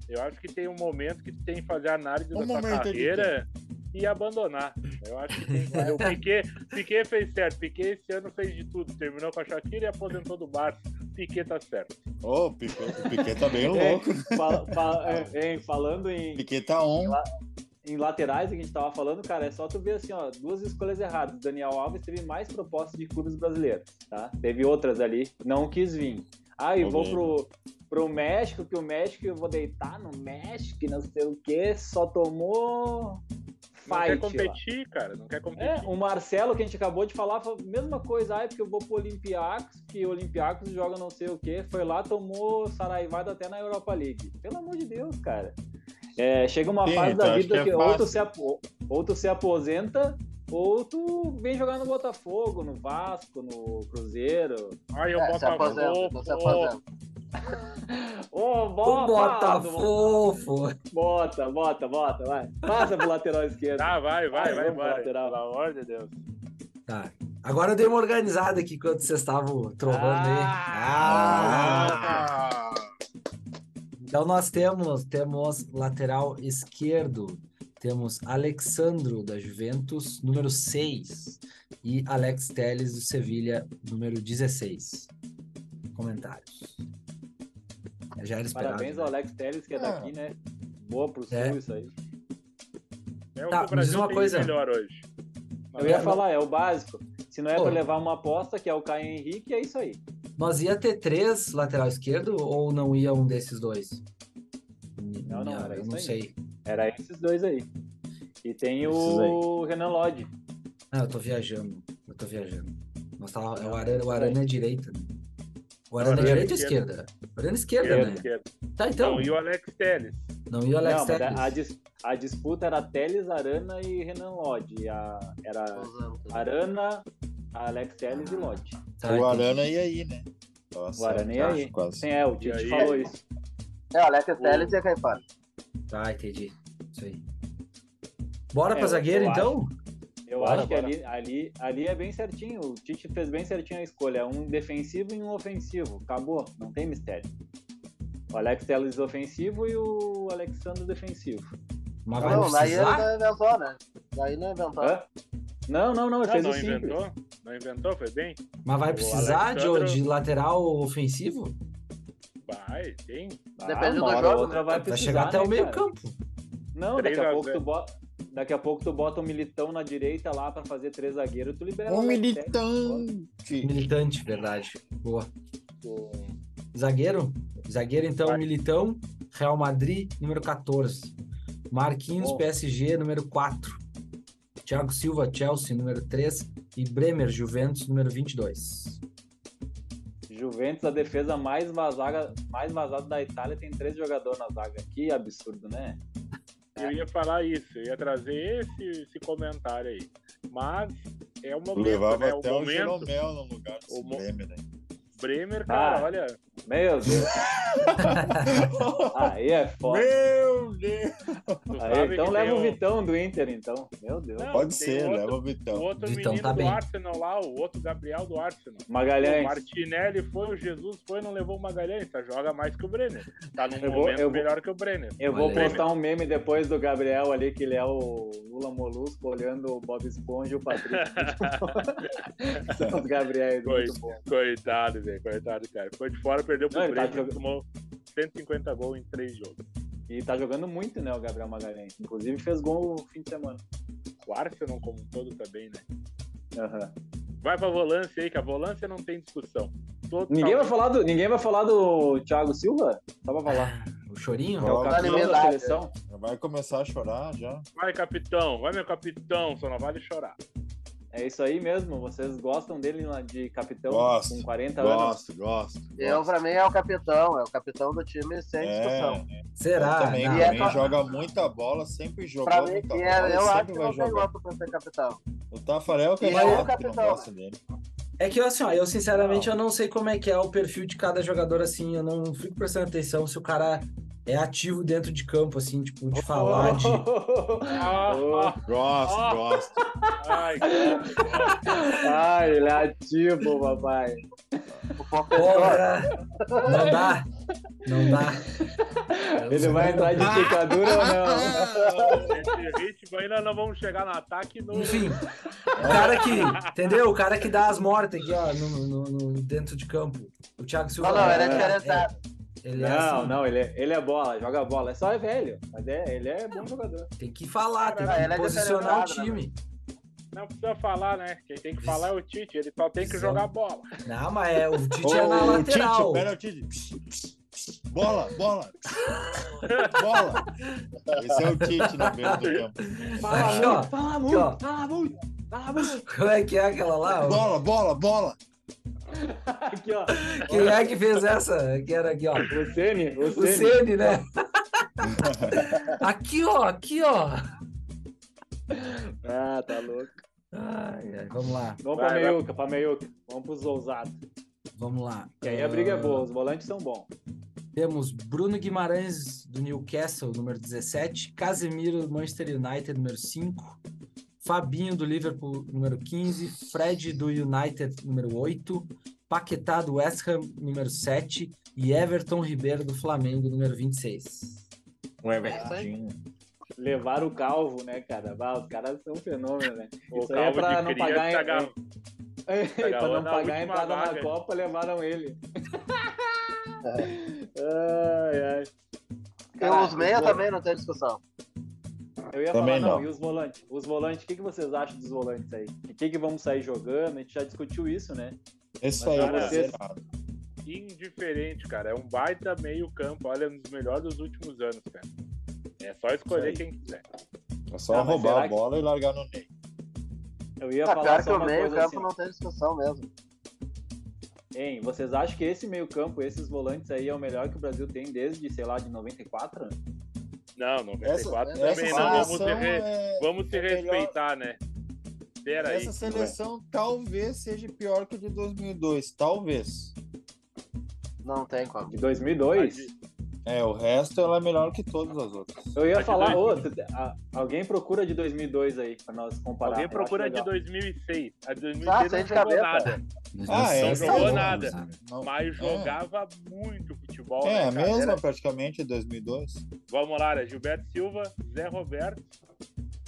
Speaker 4: Eu acho que tem um momento que tu tem que fazer a análise
Speaker 5: Um
Speaker 4: da tua
Speaker 5: momento de
Speaker 4: carreira e abandonar. Eu acho que tem que fazer. O Piquet, Piquet fez certo. Piquet esse ano fez de tudo. Terminou com a Shakira e aposentou do Barça. Piquet tá certo.
Speaker 5: Ô, o Piquet, o Piquet tá bem
Speaker 6: é,
Speaker 5: louco.
Speaker 6: fala- fala- é, é, falando em,
Speaker 5: O Piquet tá on.
Speaker 6: em laterais que a gente tava falando, cara, é só tu ver assim, ó, duas escolhas erradas. O Daniel Alves teve mais propostas de clubes brasileiros, tá? Teve outras ali, não quis vir. Ah, e
Speaker 5: Tô
Speaker 6: vou
Speaker 5: bem.
Speaker 6: pro, pro México, que o México eu vou deitar no México, e não sei o quê, só tomou
Speaker 4: Não quer
Speaker 6: fight lá.
Speaker 4: competir, cara. Não quer competir.
Speaker 6: É, o Marcelo, que a gente acabou de falar, falou a mesma coisa, ah, é porque eu vou pro Olympiacos, que o Olympiacos joga não sei o quê, foi lá, tomou Saraivada até na Europa League. Pelo amor de Deus, cara. É, chega uma
Speaker 5: Sim,
Speaker 6: fase
Speaker 5: então
Speaker 6: da
Speaker 5: acho
Speaker 6: vida que,
Speaker 5: que é
Speaker 6: ou, tu
Speaker 5: fácil.
Speaker 6: se, apo- ou tu se aposenta, ou tu vem jogar no Botafogo, no Vasco, no Cruzeiro.
Speaker 4: Aí eu
Speaker 3: É,
Speaker 4: boto
Speaker 3: se
Speaker 4: a
Speaker 3: aposenta,
Speaker 4: roupa,
Speaker 3: então se aposenta.
Speaker 6: Ô,
Speaker 7: Ô,
Speaker 6: bota,
Speaker 7: bota
Speaker 6: bota,
Speaker 7: fofo.
Speaker 6: bota, bota, bota, vai. Passa pro lateral esquerdo.
Speaker 4: Tá, vai, vai,
Speaker 6: Vai,
Speaker 4: vai
Speaker 6: vamos pra
Speaker 4: embora.
Speaker 6: lateral.
Speaker 4: Pelo amor de Deus.
Speaker 7: Tá. Agora eu dei uma organizada aqui quando vocês estavam trovando aí.
Speaker 6: Ah!
Speaker 7: Ah! Então nós temos, temos lateral esquerdo, temos Alexandro da Juventus, número 6, e Alex Teles do Sevilha, número 16. Comentários. Já era esperado.
Speaker 6: Parabéns
Speaker 7: né?
Speaker 6: ao Alex Telles, que é
Speaker 5: Ah.
Speaker 6: daqui, né? Boa pro sul
Speaker 7: É.
Speaker 6: isso aí.
Speaker 4: É o
Speaker 7: Tá,
Speaker 4: que
Speaker 7: me
Speaker 4: o
Speaker 7: diz
Speaker 4: Brasil
Speaker 7: uma
Speaker 4: tem
Speaker 7: coisa.
Speaker 4: de melhor hoje.
Speaker 6: Eu ia falar, é o básico. Se não é
Speaker 7: Pô.
Speaker 6: pra levar uma aposta, que é o Caio Henrique, é isso aí.
Speaker 7: Nós ia ter três lateral esquerdo ou não ia um desses dois? Minha-
Speaker 6: não, era
Speaker 7: eu
Speaker 6: isso
Speaker 7: não
Speaker 6: aí.
Speaker 7: sei.
Speaker 6: Era esses dois aí. E tem
Speaker 5: Esses
Speaker 6: o Renan Lodge.
Speaker 7: Ah, eu tô viajando. Eu tô viajando. Mas tá, é o Arana, o Arana é direita. né? O Arana é
Speaker 4: Arana é
Speaker 7: direita ou
Speaker 4: esquerda.
Speaker 7: esquerda? O Arana é esquerda,
Speaker 4: Esquerda,
Speaker 7: né?
Speaker 4: esquerda.
Speaker 7: Tá, então.
Speaker 4: Não, e o Alex Telles.
Speaker 7: Não, e o Alex
Speaker 6: Não, mas
Speaker 7: Telles?
Speaker 6: a, a dis- a disputa era Teles, Arana e Renan Lodge. E a- era Arana, Alex Teles e Lodge.
Speaker 7: Tá,
Speaker 5: o
Speaker 7: entendi.
Speaker 5: Arana e aí, né? Nossa,
Speaker 6: O Arana ia aí.
Speaker 5: Quase.
Speaker 6: Sim, é, o Tite
Speaker 4: E aí?
Speaker 6: falou isso.
Speaker 3: É, o Alex Telles e a Caipara.
Speaker 7: Tá, entendi. Isso aí. Bora
Speaker 6: É,
Speaker 7: pra
Speaker 6: eu-
Speaker 7: zagueiro,
Speaker 6: eu
Speaker 7: então?
Speaker 6: Eu
Speaker 5: Bora,
Speaker 6: acho que
Speaker 5: bora.
Speaker 6: ali, ali, ali é bem certinho. O Tite fez bem certinho a escolha. Um defensivo e um ofensivo. Acabou. Não tem mistério. O Alex Telles ofensivo e o Alexandre defensivo.
Speaker 7: Mas Ah, vai
Speaker 3: Não, daí ele
Speaker 7: precisar?
Speaker 3: não inventou, né? Daí não inventou.
Speaker 6: Hã? Não, não, não. Ele
Speaker 4: Ah,
Speaker 6: fez assim,
Speaker 4: não
Speaker 6: o simples.
Speaker 4: inventou? Não inventou? Foi bem?
Speaker 7: Mas vai
Speaker 4: O
Speaker 7: precisar de,
Speaker 4: Alexandre-
Speaker 7: de lateral ofensivo?
Speaker 4: Vai, tem.
Speaker 6: Ah,
Speaker 3: Depende
Speaker 6: uma
Speaker 3: do
Speaker 6: hora
Speaker 3: jogo,
Speaker 6: ou outra
Speaker 3: né?
Speaker 6: vai,
Speaker 7: Vai
Speaker 6: precisar,
Speaker 7: chegar até
Speaker 6: né,
Speaker 7: o meio
Speaker 6: cara?
Speaker 7: campo.
Speaker 6: Não, daqui
Speaker 4: Três a
Speaker 6: a, pouco
Speaker 4: zero.
Speaker 6: tu bota, daqui a pouco tu bota um militão na direita lá pra fazer três zagueiros, tu libera.
Speaker 5: Um
Speaker 6: o Alex Telles.
Speaker 5: militante.
Speaker 7: Militante, verdade. Boa.
Speaker 4: O-
Speaker 7: Zagueiro? Zagueiro, então,
Speaker 4: Vai.
Speaker 7: Militão. Real Madrid, número 14. Marquinhos,
Speaker 6: Bom.
Speaker 7: PSG, número 4. Thiago Silva, Chelsea, número 3. E Bremer, Juventus, número 22.
Speaker 6: Juventus, a defesa mais vazada, mais vazada da Itália, tem três jogadores na zaga. Que absurdo, né?
Speaker 4: Eu ia falar isso, eu ia trazer esse, esse comentário aí. Mas é o momento,
Speaker 5: Levava
Speaker 4: né? O
Speaker 5: até o
Speaker 4: momento.
Speaker 5: Jeromel no lugar desse
Speaker 4: O mo-
Speaker 5: Bremer, né?
Speaker 4: Bremer, cara,
Speaker 6: Ah.
Speaker 4: olha.
Speaker 6: Meu Deus, aí é foda.
Speaker 5: Meu Deus!
Speaker 4: Tu
Speaker 6: Aí,
Speaker 4: sabe
Speaker 6: então
Speaker 4: que
Speaker 6: leva
Speaker 4: tem um
Speaker 6: o Vitão do Inter, então. Meu Deus.
Speaker 4: Não,
Speaker 5: Pode
Speaker 4: tem
Speaker 5: ser,
Speaker 4: outro-
Speaker 5: leva o
Speaker 4: O
Speaker 5: Vitão.
Speaker 4: outro
Speaker 7: Vitão
Speaker 4: menino
Speaker 7: tá
Speaker 4: do
Speaker 7: bem.
Speaker 4: Arsenal lá, o outro Gabriel do Arsenal. O
Speaker 6: Magalhães.
Speaker 4: Martinelli foi, o Jesus foi, não levou o Magalhães, tá? Joga mais que o Brenner. Tá num
Speaker 6: Eu vou-
Speaker 4: momento
Speaker 6: eu vou-
Speaker 4: melhor que o Brenner.
Speaker 6: Eu vou
Speaker 7: Olha aí.
Speaker 6: postar um meme depois do Gabriel ali, que ele é o Lula Molusco olhando o Bob Esponja e o Patrick. São os Gabriel, é muito
Speaker 4: Pois. é.
Speaker 6: bom.
Speaker 4: Coitado, velho, coitado, cara. Foi de fora, perdeu pro
Speaker 6: Não, ele tá
Speaker 4: Brenner,
Speaker 6: jogando-
Speaker 4: tomou 150 gols em três jogos.
Speaker 6: E tá jogando muito, né, o Gabriel Magalhães. Inclusive fez gol no fim de semana.
Speaker 4: O Arsenal como um todo também, né?
Speaker 6: Aham.
Speaker 4: Vai pra volância aí, que a volância não tem discussão. Totalmente-
Speaker 6: Ninguém, vai falar do, ninguém vai falar do Thiago Silva? Só pra falar.
Speaker 7: O Chorinho?
Speaker 6: É o
Speaker 5: Olha,
Speaker 6: capitão da
Speaker 3: unanimidade.
Speaker 6: seleção.
Speaker 5: Já vai começar a chorar já.
Speaker 4: Vai, capitão, vai, meu capitão, só não vale chorar.
Speaker 6: É isso aí mesmo. Vocês gostam dele lá de capitão
Speaker 5: Gosto,
Speaker 6: com 40 anos?
Speaker 5: Gosto, gosto.
Speaker 3: Tá Eu,
Speaker 5: gosto.
Speaker 3: pra mim, é o capitão. É o capitão do time sem discussão.
Speaker 5: É,
Speaker 7: Será?
Speaker 5: também,
Speaker 7: Não,
Speaker 3: E é
Speaker 5: pra mim,
Speaker 7: não.
Speaker 3: capaz-
Speaker 5: joga muita bola, sempre jogou
Speaker 3: Pra mim,
Speaker 5: muita
Speaker 3: que
Speaker 5: bola,
Speaker 3: é, eu
Speaker 5: sempre
Speaker 3: acho que
Speaker 5: vai
Speaker 3: não tem
Speaker 5: jogar.
Speaker 3: outro pra ser capitão.
Speaker 5: O Tafarel que é
Speaker 3: E é o
Speaker 5: chato, que não
Speaker 3: capitão,
Speaker 5: gosta dele.
Speaker 7: É que assim, ó, eu sinceramente eu não sei como é que é o perfil de cada jogador assim, eu não fico prestando atenção se o cara é ativo dentro de campo assim, tipo,
Speaker 6: Oh.
Speaker 7: de falar de
Speaker 4: Ah,
Speaker 5: Gosto,
Speaker 4: Ah.
Speaker 5: gosto.
Speaker 4: Ai, cara.
Speaker 6: Ai, ele é ativo, papai.
Speaker 3: O é professor.
Speaker 7: Porra! é, Não dá. Não dá.
Speaker 6: Ele vai entrar de picadura ou não?
Speaker 4: Esse ritmo ainda não vamos chegar no ataque no.
Speaker 7: Enfim, o cara que, entendeu? O cara que dá as mortes aqui, ó, no, no- no- dentro de campo. O Thiago Silva.
Speaker 3: Não, não, ele é
Speaker 7: é-
Speaker 3: diferenciado.
Speaker 7: é- ele é
Speaker 6: Não,
Speaker 7: assim,
Speaker 6: não, ele é, ele é bola, joga bola. É só é velho, mas é, ele é bom jogador.
Speaker 7: Tem que falar, tem
Speaker 3: Não, ele
Speaker 7: que
Speaker 3: é
Speaker 7: posicionar o
Speaker 3: diferenciado, né,
Speaker 7: time.
Speaker 4: Não precisa falar, né? Quem tem que falar é o Tite, ele só tem que
Speaker 7: Isso.
Speaker 4: jogar bola.
Speaker 7: Não, mas é, o Tite é na
Speaker 5: Ô, o Tite,
Speaker 7: lateral.
Speaker 5: pera, o Tite. Bola, bola. Bola. Esse é o Tite na beira do campo.
Speaker 7: Fala Aqui, ó. ó.
Speaker 6: fala fala muito, fala muito.
Speaker 7: Como é que é aquela lá? ó?
Speaker 5: Bola, bola, bola.
Speaker 6: Aqui, ó.
Speaker 7: Quem é que fez essa? Que era aqui, ó.
Speaker 6: O Sene, o
Speaker 7: O
Speaker 6: Sene.
Speaker 7: Ceni, né? Aqui, ó, aqui, ó.
Speaker 6: Ah, tá louco.
Speaker 7: Ai, ai, vamos lá,
Speaker 6: Vamos pra
Speaker 4: Vai, vai.
Speaker 6: meiuca, pra meiuca. Vamos pros ousados.
Speaker 7: vamos lá.
Speaker 6: Que aí a briga é
Speaker 7: Ah,
Speaker 6: boa, os volantes são bons.
Speaker 7: Temos Bruno Guimarães do Newcastle, número 17, Casemiro do Manchester United, número 5, Fabinho do Liverpool, número 15, Fred do United, número 8, Paquetá do West Ham, número 7 e Everton Ribeiro do Flamengo, número 26.
Speaker 5: Um
Speaker 6: Levar o calvo, né, cara? Bah, os caras são um fenômeno, né?
Speaker 4: O
Speaker 6: Isso aí é
Speaker 4: calvo
Speaker 6: pra
Speaker 4: de
Speaker 6: não
Speaker 4: criança
Speaker 6: pagar,
Speaker 4: agarra-
Speaker 6: é, é, pra
Speaker 4: agarrou
Speaker 6: não
Speaker 4: na
Speaker 6: pagar
Speaker 4: última
Speaker 6: a entrada na
Speaker 4: vaga.
Speaker 6: Copa, levaram ele. ai, ai.
Speaker 3: Eu,
Speaker 6: Cara,
Speaker 3: os meia
Speaker 6: vo-
Speaker 3: também não tem discussão.
Speaker 6: Eu ia
Speaker 5: Também
Speaker 6: falar, não.
Speaker 5: não.
Speaker 6: e os volantes? Os volantes, o que, que vocês acham dos volantes aí? O que, que vamos sair jogando? A gente já discutiu isso, né?
Speaker 5: Esse
Speaker 6: Mas,
Speaker 5: aí eu
Speaker 4: cara,
Speaker 5: vou
Speaker 6: vocês-
Speaker 5: zerar.
Speaker 4: indiferente, cara. É um baita meio campo. Olha, um dos melhores dos últimos anos, cara. É É só escolher
Speaker 6: Isso
Speaker 4: quem quiser.
Speaker 5: É só
Speaker 6: Ah, mas
Speaker 5: roubar
Speaker 6: será
Speaker 5: a
Speaker 6: que-
Speaker 5: bola e largar no Ney.
Speaker 6: Eu ia
Speaker 3: Ah,
Speaker 6: falar
Speaker 3: pior que
Speaker 6: só
Speaker 3: o
Speaker 6: uma
Speaker 3: meio
Speaker 6: coisa
Speaker 3: campo
Speaker 6: assim.
Speaker 3: não tem discussão mesmo.
Speaker 6: Hein, vocês acham que esse meio campo, esses volantes aí, é o melhor que o Brasil tem desde, sei lá, de 94?
Speaker 4: Não, 94
Speaker 3: essa
Speaker 4: também não.
Speaker 5: seleção
Speaker 4: Vamos se, re-
Speaker 5: é-
Speaker 4: vamos se
Speaker 5: é melhor-
Speaker 4: respeitar, né? Pera aí.
Speaker 5: Essa seleção talvez seja pior que a de 2002, talvez.
Speaker 3: Não tem como.
Speaker 6: De 2002?
Speaker 5: É, o resto ela é melhor que todas as outras.
Speaker 6: Eu ia
Speaker 4: a de
Speaker 6: falar, ô,
Speaker 4: 2000.
Speaker 6: tu- a- alguém procura de 2002 aí, pra nós comparar.
Speaker 4: Alguém
Speaker 6: Eu
Speaker 4: procura
Speaker 5: é
Speaker 4: a
Speaker 6: acho
Speaker 4: de
Speaker 6: legal.
Speaker 4: 2006. A de
Speaker 3: Ah,
Speaker 4: 2006
Speaker 3: sem
Speaker 4: não
Speaker 3: de
Speaker 4: jogou
Speaker 3: cabeça.
Speaker 4: nada,
Speaker 5: Ah, é,
Speaker 4: Não
Speaker 5: essa
Speaker 4: jogou
Speaker 5: é-
Speaker 4: nada.
Speaker 5: Não-
Speaker 4: mas
Speaker 5: É.
Speaker 4: jogava muito futebol.
Speaker 5: É, a
Speaker 4: né, cara?
Speaker 5: mesma
Speaker 4: Era-
Speaker 5: praticamente 2002.
Speaker 4: Vamos lá, era Gilberto Silva, Zé Roberto,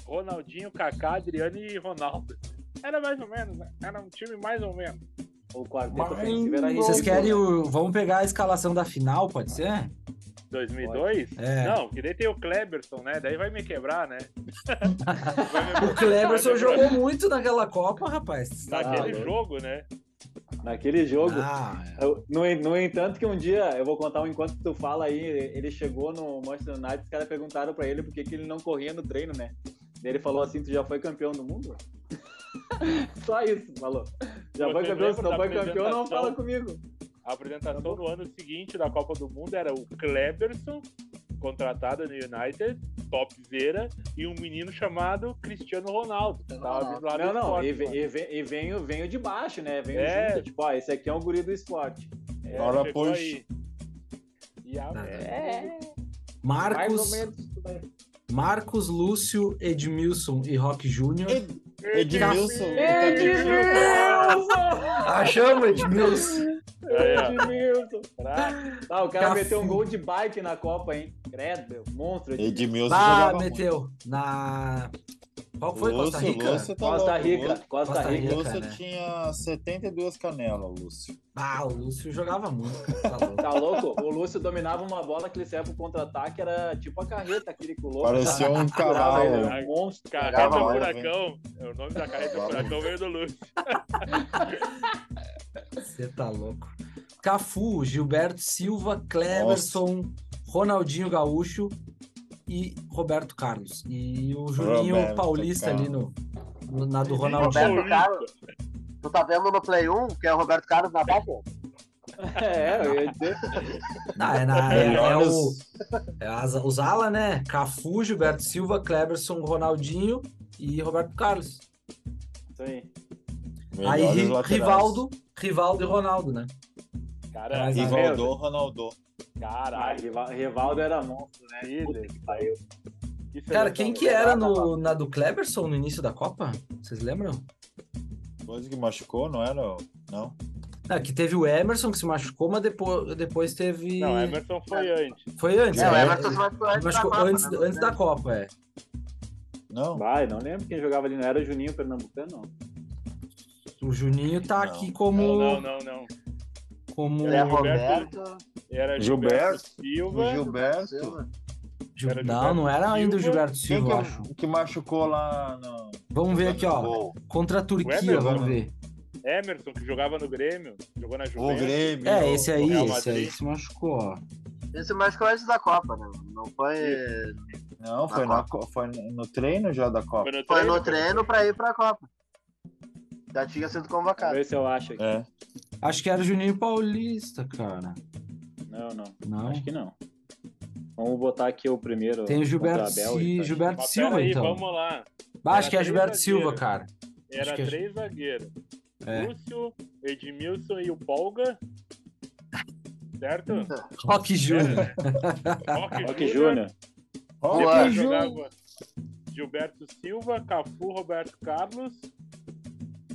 Speaker 4: Ronaldinho, Kaká, Adriano e Ronaldo. Era mais ou menos, né? Era um time mais ou menos.
Speaker 6: O quarteto
Speaker 7: Mas-
Speaker 6: ofensivo era
Speaker 7: Vocês
Speaker 6: ridículo.
Speaker 7: querem o. Vamos pegar a escalação da final, pode ser?
Speaker 4: 2002?
Speaker 7: É.
Speaker 4: Não, que daí tem o Kleberson, né? Daí vai me quebrar, né? Vai me-
Speaker 7: O Cleberson
Speaker 4: vai me-
Speaker 7: jogou muito naquela Copa, rapaz.
Speaker 4: Naquele
Speaker 6: Ah,
Speaker 4: jogo, né?
Speaker 6: Naquele jogo.
Speaker 7: Ah, é.
Speaker 6: Eu- no, en- no entanto, que um dia, eu vou contar um enquanto tu fala aí, ele chegou no Manchester United, os caras perguntaram pra ele por que que ele não corria no treino, né? Daí ele falou assim, tu já foi campeão do mundo? Só isso, falou. Já
Speaker 4: Você
Speaker 6: foi campeão, se
Speaker 4: lembra da
Speaker 6: não foi campeão, não
Speaker 4: apresentação?
Speaker 6: fala comigo.
Speaker 4: A apresentação no ano seguinte da Copa do Mundo era o Kleberson, contratado no United, topzera, e um menino chamado Cristiano Ronaldo. que Tava vindo lá do
Speaker 6: Não, não,
Speaker 4: esporte,
Speaker 6: e, ve-
Speaker 4: mano.
Speaker 6: e, ve- e venho, venho de baixo, né? Venho
Speaker 4: É.
Speaker 6: junto, tipo, ó, esse aqui é um guri do esporte.
Speaker 4: É,
Speaker 5: Agora,
Speaker 4: chegou
Speaker 5: pois.
Speaker 4: aí. E a...
Speaker 7: Nada.
Speaker 4: é,
Speaker 7: Marcos,
Speaker 6: Mais ou menos. tudo bem.
Speaker 7: Marcos, Lúcio, Edmilson e Rock Júnior.
Speaker 5: Ed-
Speaker 4: É.
Speaker 5: Edmilson.
Speaker 7: Achamos, Ah, Edmilson!
Speaker 4: Aí, ó.
Speaker 6: Edmilson!
Speaker 4: Caraca,
Speaker 6: Ah, o cara
Speaker 7: Cafu.
Speaker 6: meteu um gol de bike na Copa, hein? Credo, meu, monstro. Edmilson.
Speaker 5: Edmilson
Speaker 7: Ah,
Speaker 5: jogava
Speaker 7: meteu. Na. Qual foi? Costa
Speaker 5: Lúcio,
Speaker 7: Rica?
Speaker 5: Lúcio tá
Speaker 6: Costa
Speaker 5: louco.
Speaker 6: Rica, Costa
Speaker 7: Costa
Speaker 5: O
Speaker 6: Rica.
Speaker 7: Rica. né?
Speaker 5: Lúcio
Speaker 7: cara.
Speaker 5: tinha 72 canelas, Lúcio.
Speaker 7: Ah, o Lúcio jogava muito. cara, tá louco.
Speaker 6: Tá louco? O Lúcio dominava uma bola que ele saia pro contra-ataque, era tipo a carreta, aquele colou.
Speaker 5: Parecia um
Speaker 7: É,
Speaker 6: Curava ele,
Speaker 5: cavalo.
Speaker 6: era um monstro.
Speaker 4: Carreta
Speaker 3: Jogava mal,
Speaker 4: Furacão. É o nome da carreta
Speaker 5: Jogava
Speaker 4: Furacão veio do Lúcio.
Speaker 7: Você tá louco. Cafu, Gilberto Silva, Cleverson, Ronaldinho Gaúcho e Roberto Carlos. E o Juninho
Speaker 5: Roberto
Speaker 7: Paulista ali no, no- na do
Speaker 4: Juninho
Speaker 7: Ronaldinho.
Speaker 3: Roberto Carlos. Tu tá vendo no Play 1 que é o Roberto Carlos na Copa?
Speaker 6: É, eu ia dizer.
Speaker 7: Ah, é, na- é- é
Speaker 5: Melhores.
Speaker 7: o, é as- os ala, né? Cafu, Gilberto Silva, Cleverson, Ronaldinho e Roberto Carlos.
Speaker 6: Isso aí.
Speaker 7: Aí
Speaker 5: melhores
Speaker 7: Ri-
Speaker 5: laterais.
Speaker 7: Rivaldo, Rivaldo e Ronaldo, né?
Speaker 4: Cara, tá
Speaker 7: Mas
Speaker 5: Rivaldo, Ronaldo.
Speaker 6: Ah,
Speaker 4: Caralho,
Speaker 6: Riva- Rivaldo era monstro, né? Puta
Speaker 4: filho.
Speaker 6: que pariu. é
Speaker 7: Cara, quem que era
Speaker 6: Jogava
Speaker 7: no, na do Cleverson no início da Copa? Vocês lembram?
Speaker 5: Coisa que machucou, não era? Não.
Speaker 7: Ah, que teve o Emerson que se machucou, mas depois, depois teve.
Speaker 4: Não, Emerson foi antes.
Speaker 7: Foi antes.
Speaker 3: É, o
Speaker 7: né?
Speaker 3: Everton se machucou antes da
Speaker 7: Machucou
Speaker 3: Copa,
Speaker 7: antes,
Speaker 3: né?
Speaker 7: antes da Copa, é.
Speaker 5: Não.
Speaker 6: Vai, não lembro quem jogava ali, não era o Juninho Pernambucano, não.
Speaker 7: O Juninho tá
Speaker 5: Não.
Speaker 7: aqui como.
Speaker 4: Não, não, não, não.
Speaker 7: Como
Speaker 3: Zé
Speaker 4: Gilberto-
Speaker 3: é Roberto,
Speaker 4: Era
Speaker 5: Gilberto.
Speaker 4: Gilberto,
Speaker 5: O
Speaker 4: Silva.
Speaker 5: Gilberto.
Speaker 3: Silva.
Speaker 7: Gil-
Speaker 4: era o
Speaker 7: não,
Speaker 4: Gilberto
Speaker 7: não era ainda o
Speaker 4: Silva.
Speaker 7: Gilberto
Speaker 5: Quem
Speaker 7: Silva, eu acho.
Speaker 5: que, que machucou lá no.
Speaker 7: Vamos ver aqui, ó.
Speaker 5: O
Speaker 7: Contra a
Speaker 4: O
Speaker 7: Turquia,
Speaker 4: Emerson,
Speaker 7: vamos
Speaker 5: né?
Speaker 7: ver.
Speaker 4: Emerson, que jogava no Grêmio. Jogou na
Speaker 5: o
Speaker 4: Juventus.
Speaker 5: Grêmio.
Speaker 7: É, esse aí,
Speaker 4: Real
Speaker 7: esse aí
Speaker 4: Madrid.
Speaker 7: que se machucou, ó.
Speaker 3: Esse machucou antes da Copa, né? Não foi.
Speaker 7: é-
Speaker 5: Não,
Speaker 6: Tá
Speaker 5: foi,
Speaker 3: Na
Speaker 5: na co- foi no treino já da Copa.
Speaker 4: Foi no
Speaker 3: Foi
Speaker 4: treino.
Speaker 3: no treino pra ir pra Copa. Já tinha sido
Speaker 6: Vamos
Speaker 3: convocado.
Speaker 6: ver se eu acho aqui.
Speaker 5: É.
Speaker 7: Acho que era o Juninho Paulista, cara.
Speaker 6: Não, não.
Speaker 7: Não.
Speaker 6: Acho que não. Vamos botar aqui o primeiro.
Speaker 7: Tem o Gilberto,
Speaker 6: contra a tá? Bélgica,
Speaker 7: Si-
Speaker 6: acho.
Speaker 7: Gilberto
Speaker 4: Mas
Speaker 7: Silva,
Speaker 4: peraí,
Speaker 7: então.
Speaker 4: vamos lá.
Speaker 7: Ah, acho que é
Speaker 4: Era
Speaker 7: Gilberto
Speaker 4: três
Speaker 7: Silva,
Speaker 4: zagueiros.
Speaker 7: cara.
Speaker 4: Era
Speaker 7: que é-
Speaker 4: três zagueiros.
Speaker 7: É.
Speaker 4: Lúcio, Edmilson e o Polga. Certo?
Speaker 7: Rock Júnior. Ah,
Speaker 6: Rock Júnior.
Speaker 3: Juan.
Speaker 4: Depois
Speaker 5: Ju-
Speaker 4: jogava Gilberto Silva, Cafu, Roberto Carlos,